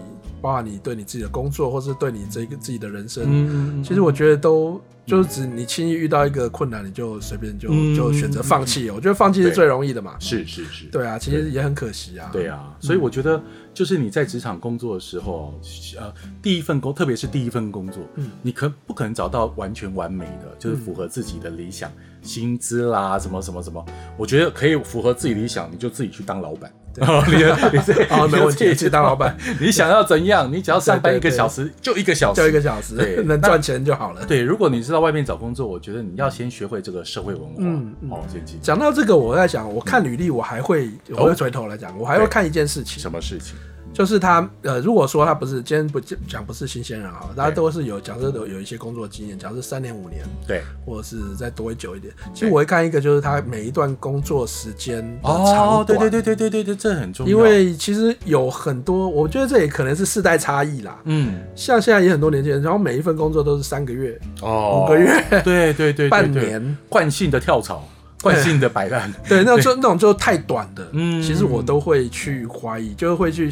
包含你对你自己的工作，或是对你这个自己的人生，
嗯
其实我觉得都就是指你轻易遇到一个困难，你就随便就、
嗯
就选择放弃。哦我觉得放弃是
对
最容易的嘛。
是是是，
对啊，其实也很可惜啊。
对啊，所以我觉得就是你在职场工作的时候，呃，第一份工，特别是第一份工作，
嗯
你可不可能找到完全完美的，就是符合自己的理想、薪资啦，什么什么什么？我觉得可以符合自己理想，你就自己去当老板。你 你自己
哦没问题
你就自己
去当老板，
你想要怎样？你只要上班
对
一
对
个
对
小时，就一个小时，
就一个小时
对
能
那
赚钱就好了。
对，如果你是到外面找工作，我觉得你要先学会这个社会文化，
嗯嗯
哦，先进
讲到这个，我在想，我看履历，我还会我
嗯哦
会回头来讲，我还会
对
看一件事情，
什么事情？
就是他呃，如果说他不是今天不讲不是新鲜人啊哈，大家都是有假设有有一些工作经验，假设三年五年，
对，
或者是再多久一点。其
对
实我会看一个就是他每一段工作时间的长
哦，
短，
对对对对对对对，这很重要，
因为其实有很多，我觉得这也可能是世代差异啦。
嗯
像现在也很多年轻人，然后每一份工作都是三个月、
哦
五个月，
对对对对，
半
对
年，
惯性的跳槽，惯性的 摆烂，
对， 那种就那种就太短的，
嗯
其实我都会去怀疑，就会去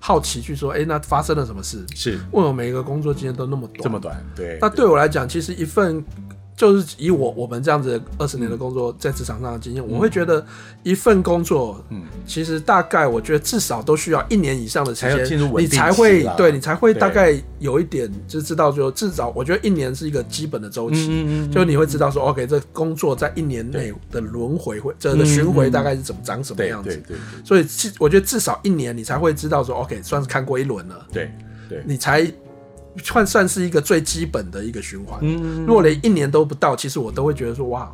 好奇去说，哎、那发生了什么事？
是
为什么每一个工作经验都那么短？
这么短，对，
那对我来讲，其实一份就是以我我们这样子二十年的工作在职场上的经验，我会觉得一份工作，
嗯
其实大概我觉得至少都需要一年以上的时
才有
间，
进入稳
你
定
才
期
会
啦
对你才会
对
大概有一点就知道说，至少我觉得一年是一个基本的周期。
嗯
就你会知道说，OK，这工作在一年内的轮回会，这的巡回大概是怎么长什么
对
样
对
子。
对
所以至，我觉得至少一年你才会知道说，OK，算是看过一轮了，
对对，
你才算算是一个最基本的一个循环。
嗯
如果连一年都不到，其实我都会觉得说哇，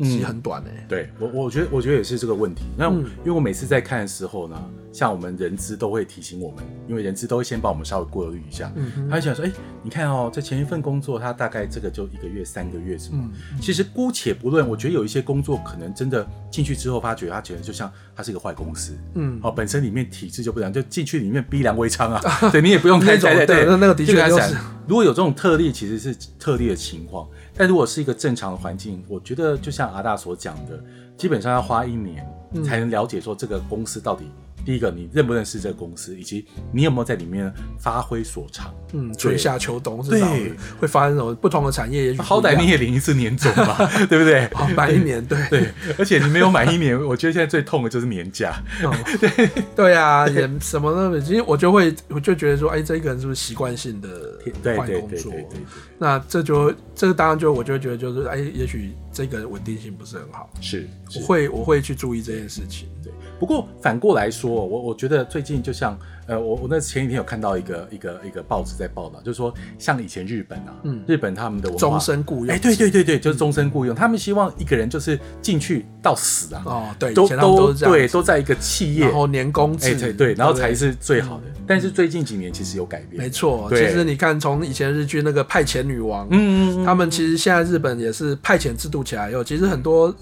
其实很短哎、
对我，我觉得我觉得也是这个问题。那、
嗯
因为我每次在看的时候呢，像我们人资都会提醒我们，因为人资都会先帮我们稍微过滤一下，
嗯哼
他会想说，哎、你看哦，这前一份工作，他大概这个就一个月、三个月什么。
嗯
其实姑且不论，我觉得有一些工作可能真的进去之后，发觉他觉得就像他是一个坏公司。
嗯，
哦，本身里面体制就不一样，就进去里面逼良为娼啊，对你也不用太
那种
对
对那那个的确
这很
就
惨
是
如果有这种特例，其实是特例的情况，但如果是一个正常的环境，我觉得就像阿大所讲的，基本上要花一年
嗯
才能了解说这个公司到底。第一个，你认不认识这个公司，以及你有没有在里面发挥所长？
嗯，春夏秋冬至
对
少会发生什么不同的产业，也许
好歹你也领一次年终嘛，对不对？
好哦满一年，对
对，而且你没有满一年，我觉得现在最痛的就是年假。
哦 对啊，也什么都没有。其实我就会我就觉得说，哎、这个人是不是习惯性的
对对
换
对
工
对
作？
对对，
那这就这个当然就我就会觉得就是，哎、也许这个稳定性不是很好，
是
我
是。
会我会去注意这件事情。
对，不过反过来说，我我觉得最近就像呃，我我那前几天有看到一个一个一个报纸在报道，就是说像以前日本啊，
嗯
日本他们的文化
终，身雇佣制，嗯
哎，对对对对，就是终身雇佣，他们希望一个人就是进去到死啊，
哦，对，以
都
前他们都是这样，
对，都在一个企业
然，后年工
哎
制，
对对，然后
不
才是最好的。但是最近几年其实有改变，
没，错，其
对
实你看，从以前日剧那个派遣女王，
嗯嗯嗯，
他们其实现在日本也是派遣制度起来以后，其实很多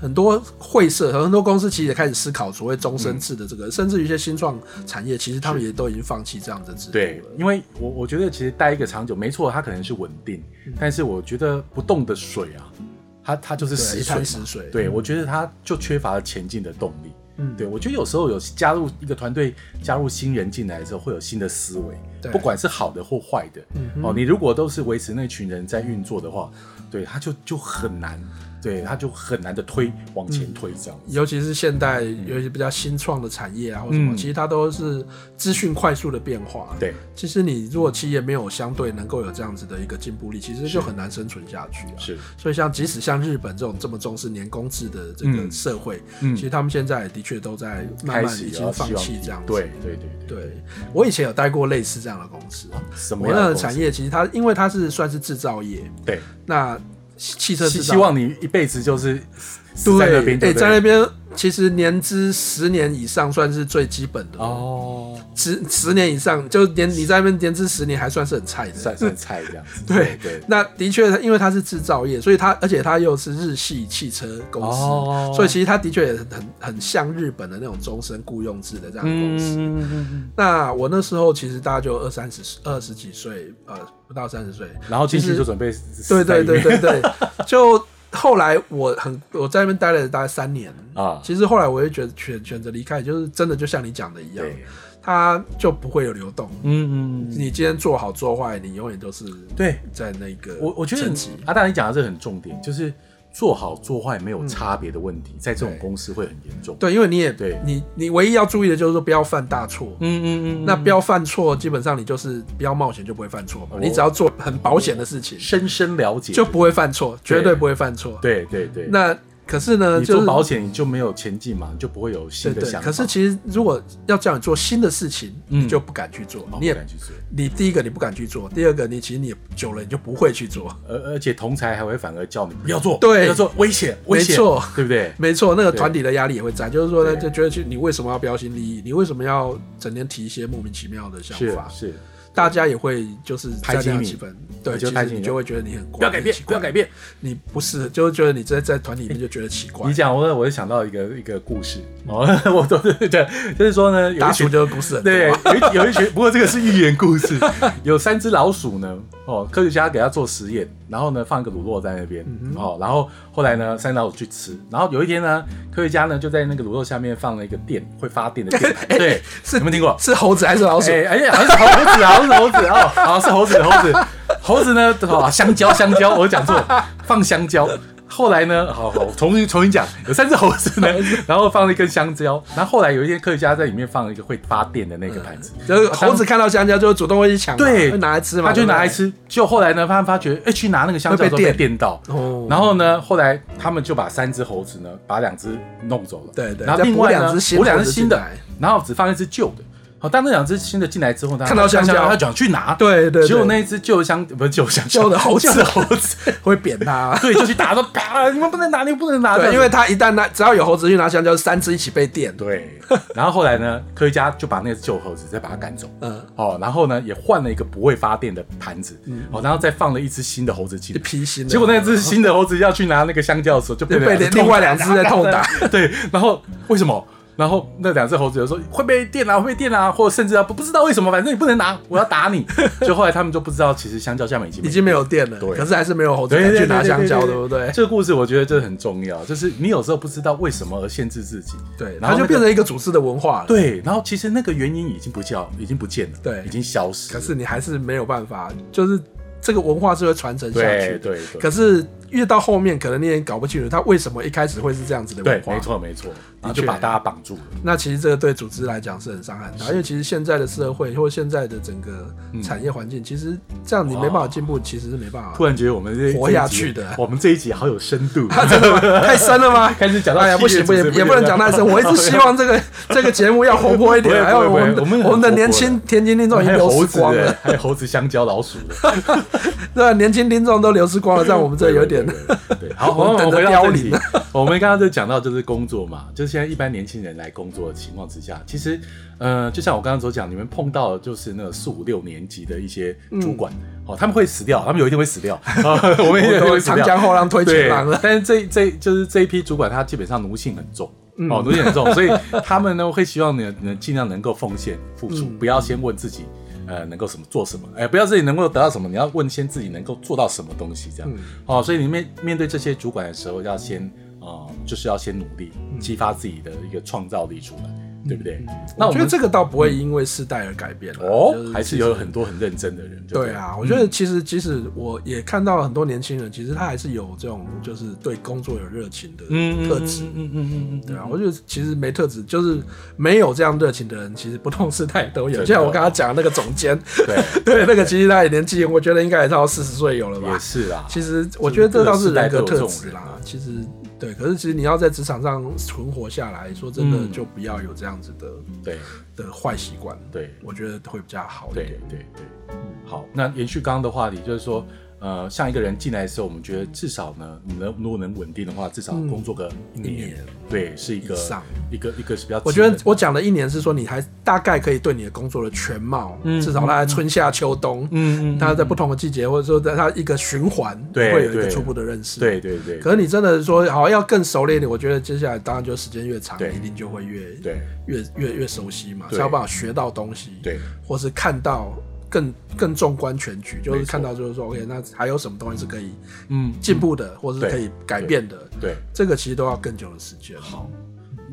很多会社很多公司其实也开始思考所谓终身制的这个，甚至于一些新创产业，其实他们也都已经放弃这样的制度
对，
了。
因为我我觉得其实待一个长久，没错，它可能是稳定，
嗯
但是我觉得不动的水啊，它它就是
对
死
一
水嘛
潭死水
对，我觉得它就缺乏了前进的动力。
嗯
对，我觉得有时候有加入一个团队，加入新人进来的时候，会有新的思维，
对
不管是好的或坏的。
嗯
哦，你如果都是维持那群人在运作的话，对，它就就很难，对，它就很难的推往前推这样。
尤其是现代，尤其比较新创的产业啊，或什么，
嗯
其实它都是资讯快速的变化。，
对，
其实你如果企业没有相对能够有这样子的一个进步力，其实就很难生存下去啊。
是，
所以，像即使像日本这种这么重视年工制的这个
嗯
社会，
嗯
其实他们现在的确都在慢
开
慢
始
已
也
经
要希
放
望
弃这样子。
对对对对，
对我以前有待过类似这样的公司，啊
什么
我
样
那
的
个
公司
产？业其实它因为它是算是制造业，
对。
那汽车
希
制造
希望你一辈子就是
对
死在那边就
哎
对了，
在那边其实年资十年以上算是最基本的，
哦，
十十年以上就是年你在那边年资十年还算是很菜的，
算算菜这样子，
对
对，
那的确，因为它是制造业，所以它而且它又是日系汽车公司，
哦
所以其实它的确也很很很像日本的那种终身雇佣制的这样的公司。
嗯嗯嗯嗯，
那我那时候其实大概就二三十、二十几岁，呃，不到三十岁。
然后进
其
去
实
就准备死
对
在
对
里
对
面
对对， 就后来我很我在那边待了大概三年。
啊，
其实后来我也觉得选选择离开，就是真的就像你讲的一样，
对，
它就不会有流动。
嗯嗯嗯，
你今天做好做坏，你永远都是
对
在那个
我我觉得
层
你
级
阿大你讲的这很重点，就是做好做坏没有差别的问题，在这种
对
公司会很严重，
对，因为你也
嗯对
你你唯一要注意的就是说不要犯大错。
嗯嗯嗯，
那不要犯错，基本上你就是不要冒险就不会犯错嘛。
哦
你只要做很保险的事情，
深深了解，
就不会犯错，绝
对
对不会犯错。
对对对，
那可是呢，
你
就
做
是
保险你就没有前进嘛，你就不会有新
对
的
对
想。法。
可是其实如果要叫你做新的事情，
嗯
你就不敢去做，
哦
你也
不敢去做
你第一个你不敢去做，第二个你其实你也久了你就不会去做。
而而且同才还会反而叫你不要做，
对
不要做危险，危险，
没错
对不对？
没错，那个团体的压力也会在，就是说呢，
对
就觉得就你为什么要标新立异？你为什么要整天提一些莫名其妙的想
是
法？
是，
大家也会就是在
排挤
那样
你
气氛，对，
你
其
就排
实
挤
你
你
就会觉得你很
不要改变，不要改，变。
你不是就是觉得你在在团体里面就觉得奇怪嗯
你。讲我，我就想到一个一个故事哦， 我都是对，就是说呢，有
大
一
叔
群
就是不是很多
对
啊，
有一有一群，不过这个是寓言故事， 有三只老鼠呢，哦，科学家给它做实验，然后呢放一个乳酪在那边，
嗯
哦，然后后来呢三只老鼠去吃，然后有一天呢，科学家呢就在那个乳酪下面放了一个电会发电 的电，盘，对，
哎是
有没有听过？
是猴子还是老鼠？
哎哎呀，好像是猴子啊，好像是猴子哦，好像是猴子，猴子，猴子呢？哦，香蕉，香蕉，我讲错，放香蕉。后来呢？好好，我重新重新讲，有三只猴子呢，然后放了一根香蕉，然后后来有一些科学家在里面放了一个会发电的那个盘子，
就是猴子看到香蕉就会主动会去抢嘛，
对
会拿来吃嘛，
他就
对不对
拿来。 吃。就后来呢，发发觉，哎，去拿那个香蕉的时候
会被
被
电
电到，
哦，
然后呢，后来他们就把三只猴子呢，把两只弄走了，
对对
然后另外
再补
呢，
两只新
补两
猴
只
子
新的
进来，
然后只放一只旧的。好，当那两只新的进来之后，
看到香蕉
他就想去拿，
对对对
结果那一只旧香不是旧香
旧的猴子
旧的猴子，
会扁它。
对，就去打，说啪，你们不能拿，你们不能拿，这
对，
样子
因为它一旦拿，只要有猴子去拿香蕉，三只一起被电。
对。然后后来呢，科学家就把那只旧猴子再把它赶走，
嗯，
哦，然后呢也换了一个不会发电的盘子，哦，然后再放了一只新的猴子进
一
来，
批新的。
结果那只新的猴子要去拿那个香蕉的时候，就
就
被
被
两只
另外两只在痛打。
对，然后为什么？然后那两只猴子就说会被电啊，会被电啊，或者甚至啊不不知道为什么，反正你不能拿，我要 打你。就后来他们就不知道，其实香蕉下面已经没
已经没有电了，
对
可是还是没有猴子
对
敢
对
去
对
拿香蕉，
对
对不对？
这个故事我觉得这很重要，就是你有时候不知道为什么而限制自己，
对，
然
它
后
就
那个
变成一个组织的文化了。，
对，然后其实那个原因已经不叫，已经不见了，
对
已经消失了。
可是你还是没有办法，就是这个文化是会传承下去
对
的。
对对，
可是越到后面，可能你也搞不清楚它为什么一开始会是这样子的文
对，
化。
没。错没错，然后
确
就把大家绑住了。
那其实这个对组织来讲是很伤害很大，因为其实现在的社会或现在的整个
嗯
产业环境，其实这样你没办法进步，其实是没办法。
突然觉得我们这
活
这一
下
集
去的
我们这一集好有深 度。
真的吗？太深了吗？
开始讲到
哎呀，不
系
行
列
不行
组，织
也不能讲太深。我 一直希望这个这个节目要活泼一
不
点，
会
还有
不
我
会
们
不会我们
我
很
们的
活泼
年
的
轻年轻听众已经
还有
流
猴
失
子哎
光了
的，，还有猴子、香蕉、老鼠 的，
对，啊年轻听众都流失光了，这样我们这有点
对。对对对对 好，
我
我
们
们
等着
回到
凋
正
零
题。 我们刚刚就讲到就是工作嘛，就是现在一般年轻人来工作的情况之下，其实呃，就像我刚刚所讲，你们碰到的就是那四五六年级的一些主管，哦，他们会死掉，他们有一天会 死掉，啊我们有一
嗯我
天
都
会死
长
掉。
江后浪推前
对，
浪了，
但是这这就是这一批主管，他基本上奴性很重。哦，奴性很重，所以他们呢会希望你能尽量能够奉献付出，不要先问自己，呃，能够什么做什么，哎、不要自己能够得到什么，你要问先自己能够做到什么东西，这样。哦，所以你面面对这些主管的时候，要先，呃，就是要先努力，激发自己的一个创造力出来，对不对？那
我
我
觉得
们
这个倒不会因为世代而改变啦啊
哦
就，
还是有嗯很多很认真的人，
对啊，我觉得其实即使我也看到很多年轻人，其实他还是有这种就是对工作有热情的
嗯，嗯，
特质。
嗯嗯嗯嗯，
对啊，我觉得其实没特质，就是没有这样热情的人，其实不同世代都有。
真的
就像我刚刚讲的那个总 监，
对，
对，那个其实他也年纪，我觉得应该也到四十岁有了
也
吧。
是啦。
其实我觉得这倒是人格特
就是各个
质
世代都有这种人
啦
啊。
其实对，可是其实你要在职场上存活下来，说真的，
嗯
就不要有这样子的
对
的坏习惯。
对，
我觉得会比较好一
对
点。
对
嗯
对，好，那延续刚刚的话题，就是说，呃，像一个人进来的时候，我们觉得至少呢，你能如果能稳定的话，至少工作个一
嗯
年，
一年
对，是一个
以上
一个一个是比较基本的，
我觉得我讲的一年是说，你还大概可以对你的工作的全貌，
嗯
至少它在春夏秋冬，
嗯，嗯嗯，
它在不同的季节，或者说在它一个循环，
对
会有一个
对
初步的认识。
对对对
可是你真的说好要更熟练一点，我觉得接下来当然就时间越长，
对
一定就会越
对
越越越熟悉嘛，
对
才有办法学到东西，，
对
或是看到更更纵观全局，就是
没错
看到就是说，OK，那还有什么东西是可以
嗯
进步的，或是
对
可以改变的，
对。
这个其实都要更久的时间。
好，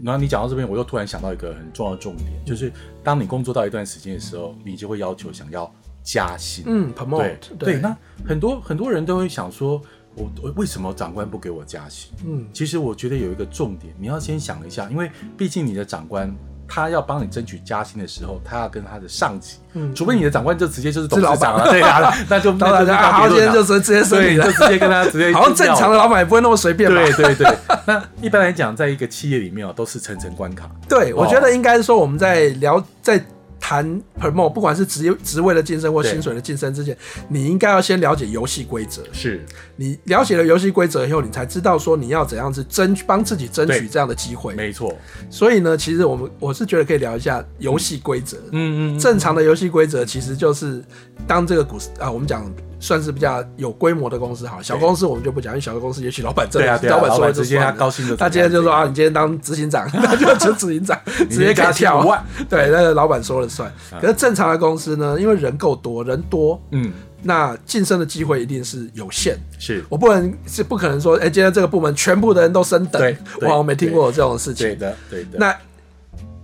然后你讲到这边，我又突然想到一个很重要的重点，就是当你工作到一段时间的时候，你就会要求想要加薪，
嗯，promote，
对那很多很多人都会想说，我我为什么长官不给我加薪？
嗯
其实我觉得有一个重点，你要先想一下，因为毕竟你的长官他要帮你争取加薪的时候，他要跟他的上级，
嗯
除非你的长官就直接就是董
是老
事
板
长了，对 啊，那就
当然了，
那就另当
啊好，
别
今天
论了
就直接生
对，
你
你
了
就。直接跟 他直接
好像正常的
的。
老板也不会那么随便吧？
对对对，那一般来讲，在一个企业里面哦，都是层层关卡。
对，我
哦
觉得应该是说我们在聊在谈 promo，不管是职业职位的晋升或
对
薪水的晋升之前，你应该要先了解游戏规则。
是，
你了解了游戏规则以后，你才知道说你要怎样子争取帮自己争取
对
这样的机会。
没错。
所以呢，其实我们我是觉得可以聊一下游戏规则。
嗯嗯，
正常的游戏规则其实就是，当这个股市啊，我们讲算是比较有规模的公司好，小公司我们就不讲，因为小公司也许老板这
对啊对啊，
老板
老
说了
板
就
直接
算
他
了
高兴的，
他今天就说啊，你今天当执行长，那就成执行 长，直接给
加
他
薪
跳啊
5万。
对，那个老板说了算。可是正常的公司呢，因为人够多，人多，
嗯，
那晋升的机会一定是有限。
是
我不能是不可能说，哎、今天这个部门全部的人都升等
对，对
哇，我没听过有这种事
对
情。
的，对的。
那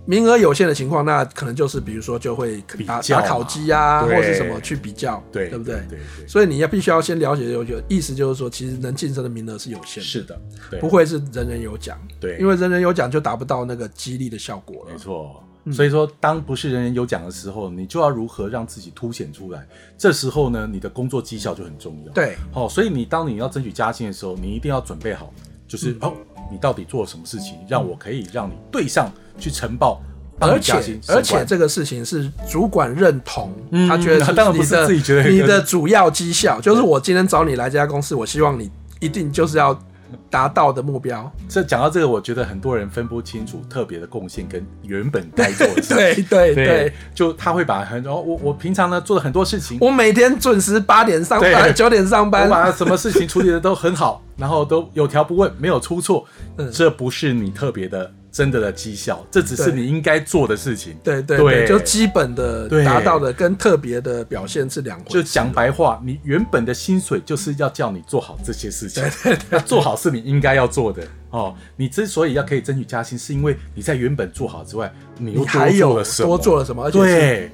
名额有限的情况，那可能就是比如说就会打
比较
打
嘛
烤鸡啊，或
对
是什么去比较，
对
对不
对
对？
对对
所以你要必须要先了解有有意思，就是说其实能晋升的名额是有限的，
是的，对，
不会是人人有奖。
对，
因为人人有奖就达不到那个激励的效果了
没。错。
嗯
所以说，当不是人人有奖的时候，你就要如何让自己凸显出来。这时候呢，你的工作绩效就很重要。，
对，
哦，所以你当你要争取加薪的时候，你一定要准备好，就是、
嗯
哦，你到底做了什么事情，让我可以让你对上去呈报，帮
而
你加
且
薪
而
升
且
官
这个事情是主管认同，
嗯
他觉得是
当然不
你
是
的
自己觉得
你的主要绩效，就是我今天找你来这家公司，我希望你一定就是要达到的目标。
这讲到这个，我觉得很多人分不清楚特别的贡献跟原本该做的事情。
对对对
对，，就他会把很多哦我我平常呢做了很多事情，
我每天准时八点上班，
对
九点上
我
班，
把什么事情处理的都很好，然后都有条不紊，没有出错。
嗯
这不是你特别的真的的绩效，这只是
对
你应该做的事情。
对对
对
就基本的
对
达到的跟特别的表现是两回
就
事。
讲白话，你原本的薪水就是要叫你做好这些事情，那做好是你应该要做的哦。你之所以要可以争取加薪，是因为你在原本做好之外，你又
你还
多做
有
了什么？
多做了什么？而且是
对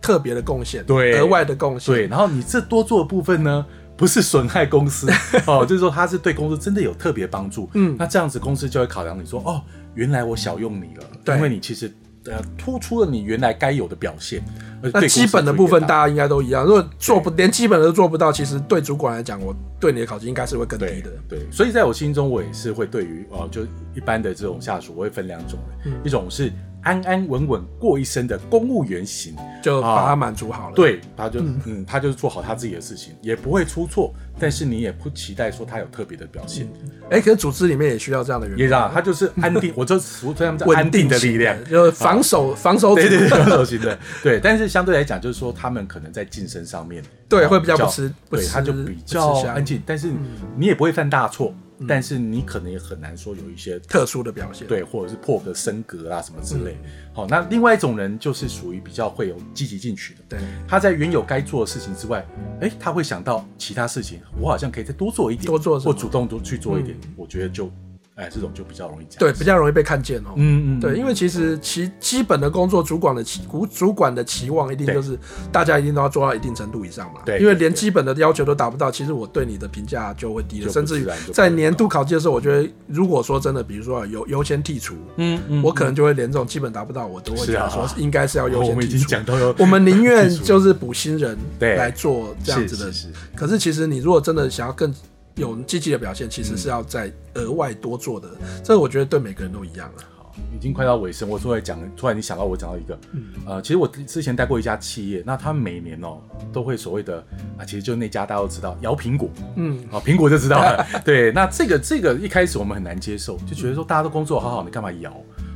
特别的贡献，
对
额外的贡献，
对，然后你这多做的部分呢，不是损害 公司哦，就是说它是对公司真的有特别帮助。
嗯
那这样子公司就会考量你说，哦，原来我小用你了，
对
因为你其实呃突出了你原来该有的表现。而
那
对公司
基本的部分
助益也大
大家应该都一样，如果做不连基本的都做不到，其实对主管来讲，我对你的考绩应该是会更低
对
的。
对，所以在我心中，我也是会对于哦，就一般的这种下属，我会分两种的，
嗯
一种是安安稳稳过一生的公务员型，
就把它
啊
满足好了。，
对，他就嗯他就是做好他自己的事情，也不会出错，但是你也不期待说他有特别的表现。
哎，可是组织里面也需要这样的员
也
工，
让他就是安 定，我就俗称他们叫
稳
安定的
型
力量。
就是防守防守组，
对对对，手型的，对，但是相对来讲，就是说他们可能在晋升上面，
对
哦
会比较不吃不
对，
吃
他就
不
比
吃
较
香嗯
安静，但是你也不会犯大错，但是你可能也很难说有一些
特殊的表现。
对，或者是破格升格啊什么之类。
嗯
好，那另外一种人就是属于比较会有积极进取的，
对，
他在原有该做的事情之外，哎，他会想到其他事情，我好像可以再多做一点，
多做什么嗯
或主动多去做一点，我觉得就，哎，这种就比较容易讲。
对，比较容易被看见哦。
嗯嗯，
对，
为。
因为其实其基本的工作，主管的期主主管的期望一定
对
就是大家一定都要做到一定程度以上嘛。
对
因为
对
连
对
基本的要求都达不到，其实我对你的评价就会低
就
了，
不
甚至于
自然就不
在
会
年
高
度考绩的时候，我觉得如果说真的，比如说有优先剔除，
嗯嗯
我可能就会连这种基本达不到，我都会
是
觉得
啊
说应该是要优
我
先
们已
剔
经
除。
讲到了，
我们宁愿
剔除
就是补新人
对
来做这样子的
是是是，
可是其实你如果真的想要更有积极的表现，其
嗯
实是要再额外多做的。这我觉得对每个人都一样了。啊
好已经快到尾声。我突然讲，突然你想到我讲到一个，
嗯
呃，其实我之前待过一家企业，那他每年哦都会所谓的啊，其实就那家大家都知道摇苹果，
嗯，
啊，苹果就知道了。 对，那这个这个一开始我们很难接受，就觉得说大家都工作好好，你干嘛摇？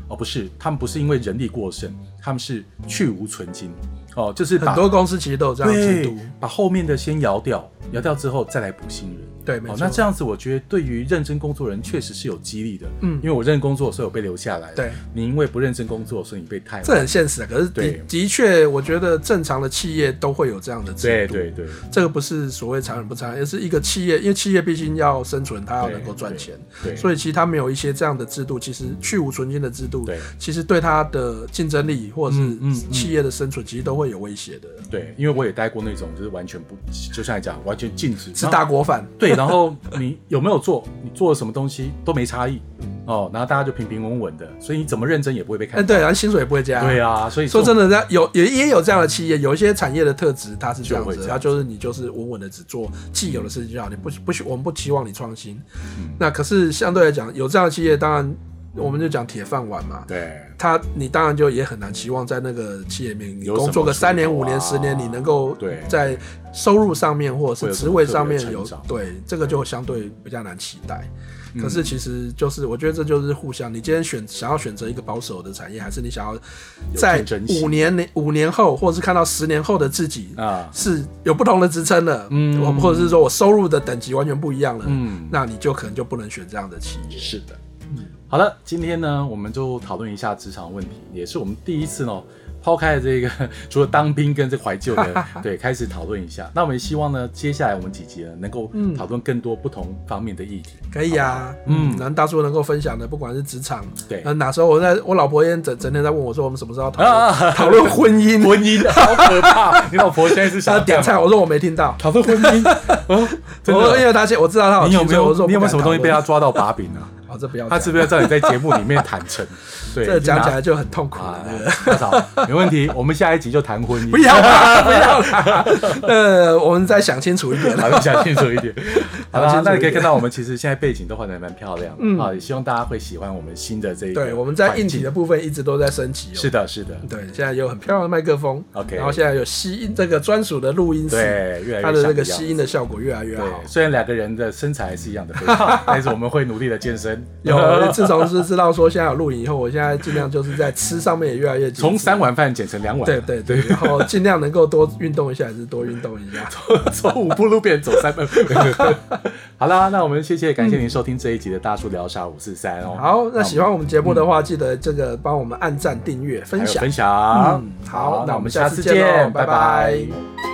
哦，不是，他们不是因为人力过剩，他们是去无存精。哦，就是把
很多公司其实都有这样的制
对
度。，
把后面的先摇掉，摇掉之后再来补新人。
对没
好，
错
那这样子，我觉得对于认真工作的人确实是有激励的。
嗯
因为我认真工作，所以我被留下来。
对，
你因为不认真工作，所以你被汰。
这很现实啊，可是的
对
的确，我觉得正常的企业都会有这样的制
对
度。
对对，
这个不是所谓残忍不残忍，而是一个企业，因为企业毕竟要生存，它要
对
能够赚钱，
对，
所
以
以其实它没有一些这样的制度，其实去无存菁的制度
对，
其实对它的竞争力或者
嗯嗯
是
嗯
企业的生存，其实都会有威胁的，
对，因为我也待过那种，就是完全不，就像你讲，完全禁止
是大。锅饭。嗯
对，然后你有没有做？你做了什么东西都没差异，啊、哦，然后大家就平平稳稳的，所以你怎么认真也不会被看
哎，
到。
对，然后薪水也不会加。
对啊，所以
说
这种
真的，那有也也有这样的企业，有一些产业的特质，它是这样
就会
子
这，样
它就是你就是稳稳的只做既有的事情就好，你不不希我们不期望你创新。
嗯
那可是相对来讲，有这样的企业，当然我们就讲铁饭碗嘛。
对
他，你当然就也很难期望在那个企业里面，你
有什么
工作个
出
三年、
路啊
五年、十年，你能够
对
在收入上面或者
会有
是
什
职
么
位
特别
上面
的
有
成长嗯
对这个就相对比较难期待。可是其实就是，我觉得这就是互相。你今天选想要选择一个保守的产业，还是你想要在
竞争性
五年内、五年后，或者是看到十年后的自己
啊，
是有不同的职称了，
嗯
我或者是说我收入的等级完全不一样了，
嗯
那你就可能就不能选这样的企业。
是的。嗯好了，今天呢，我们就讨论一下职场问题，也是我们第一次呢，抛开了这个 除了当兵跟这怀 旧的，对，开始讨论一下。那我们希望呢，接下来我们几集呢，能够
嗯
讨论更多不同方面的议题。
可以啊，
嗯
嗯，然后大叔能够分享的，不管是职场，
对
那哪时候我在我老婆也整整天在问我说，我们什么时候要讨
啊
论讨论婚姻？
婚姻好可 怕，你老婆现在是想
她
要
点
干
菜，
嘛？
我说我没听到，
讨论婚姻啊，
我
真
说因
的？
为她现我知道她
你有没
听所以我说
有
我不
你有没有
敢
什么东西被他
讨
抓到把柄啊？
论？哦， 这不要讲，
他是不是要叫你在节目里面坦诚？对，
这讲
就拿
起来就很痛苦了
啊。
那个，
大嫂，没问题，我们下一集就谈婚姻。
不要啦，不要 啦，呃，我们再想清楚一点啦。
好，你想清楚一 点。好
想清楚一点
啦，那你可以看到我们其实现在背景都换得蛮漂亮的，
嗯
啊，也希望大家会喜欢我们新的这一个
对，我们在硬体
环
的
境
部分一直都在升级哦。
是的，是的，
对，现在有很漂亮的麦克风
OK
然后现在有吸音这个专属的录音室，
对，越来越
它的那
像
个
一样
吸音的效果越来越好
对，。虽然两个人的身材还是一样的 肥胖，但是我们会努力的健身。
有，自从是知道说现在有录影以后，我现在尽量就是在吃上面也越来越精致
从三碗饭减成两碗，
对对对，然后尽量能够多运动一下，还是多运动一下。
走五步路变成走三 步。好啦，那我们谢谢，感谢您收听这一集的大叔聊啥五四三哦。
好，那喜欢
我
我们节目的话，记得这个帮我们按赞、订阅、
们
分
还有
享
分。享
嗯，好那我们下
下
次
次
见
见
咯，
拜
拜拜
拜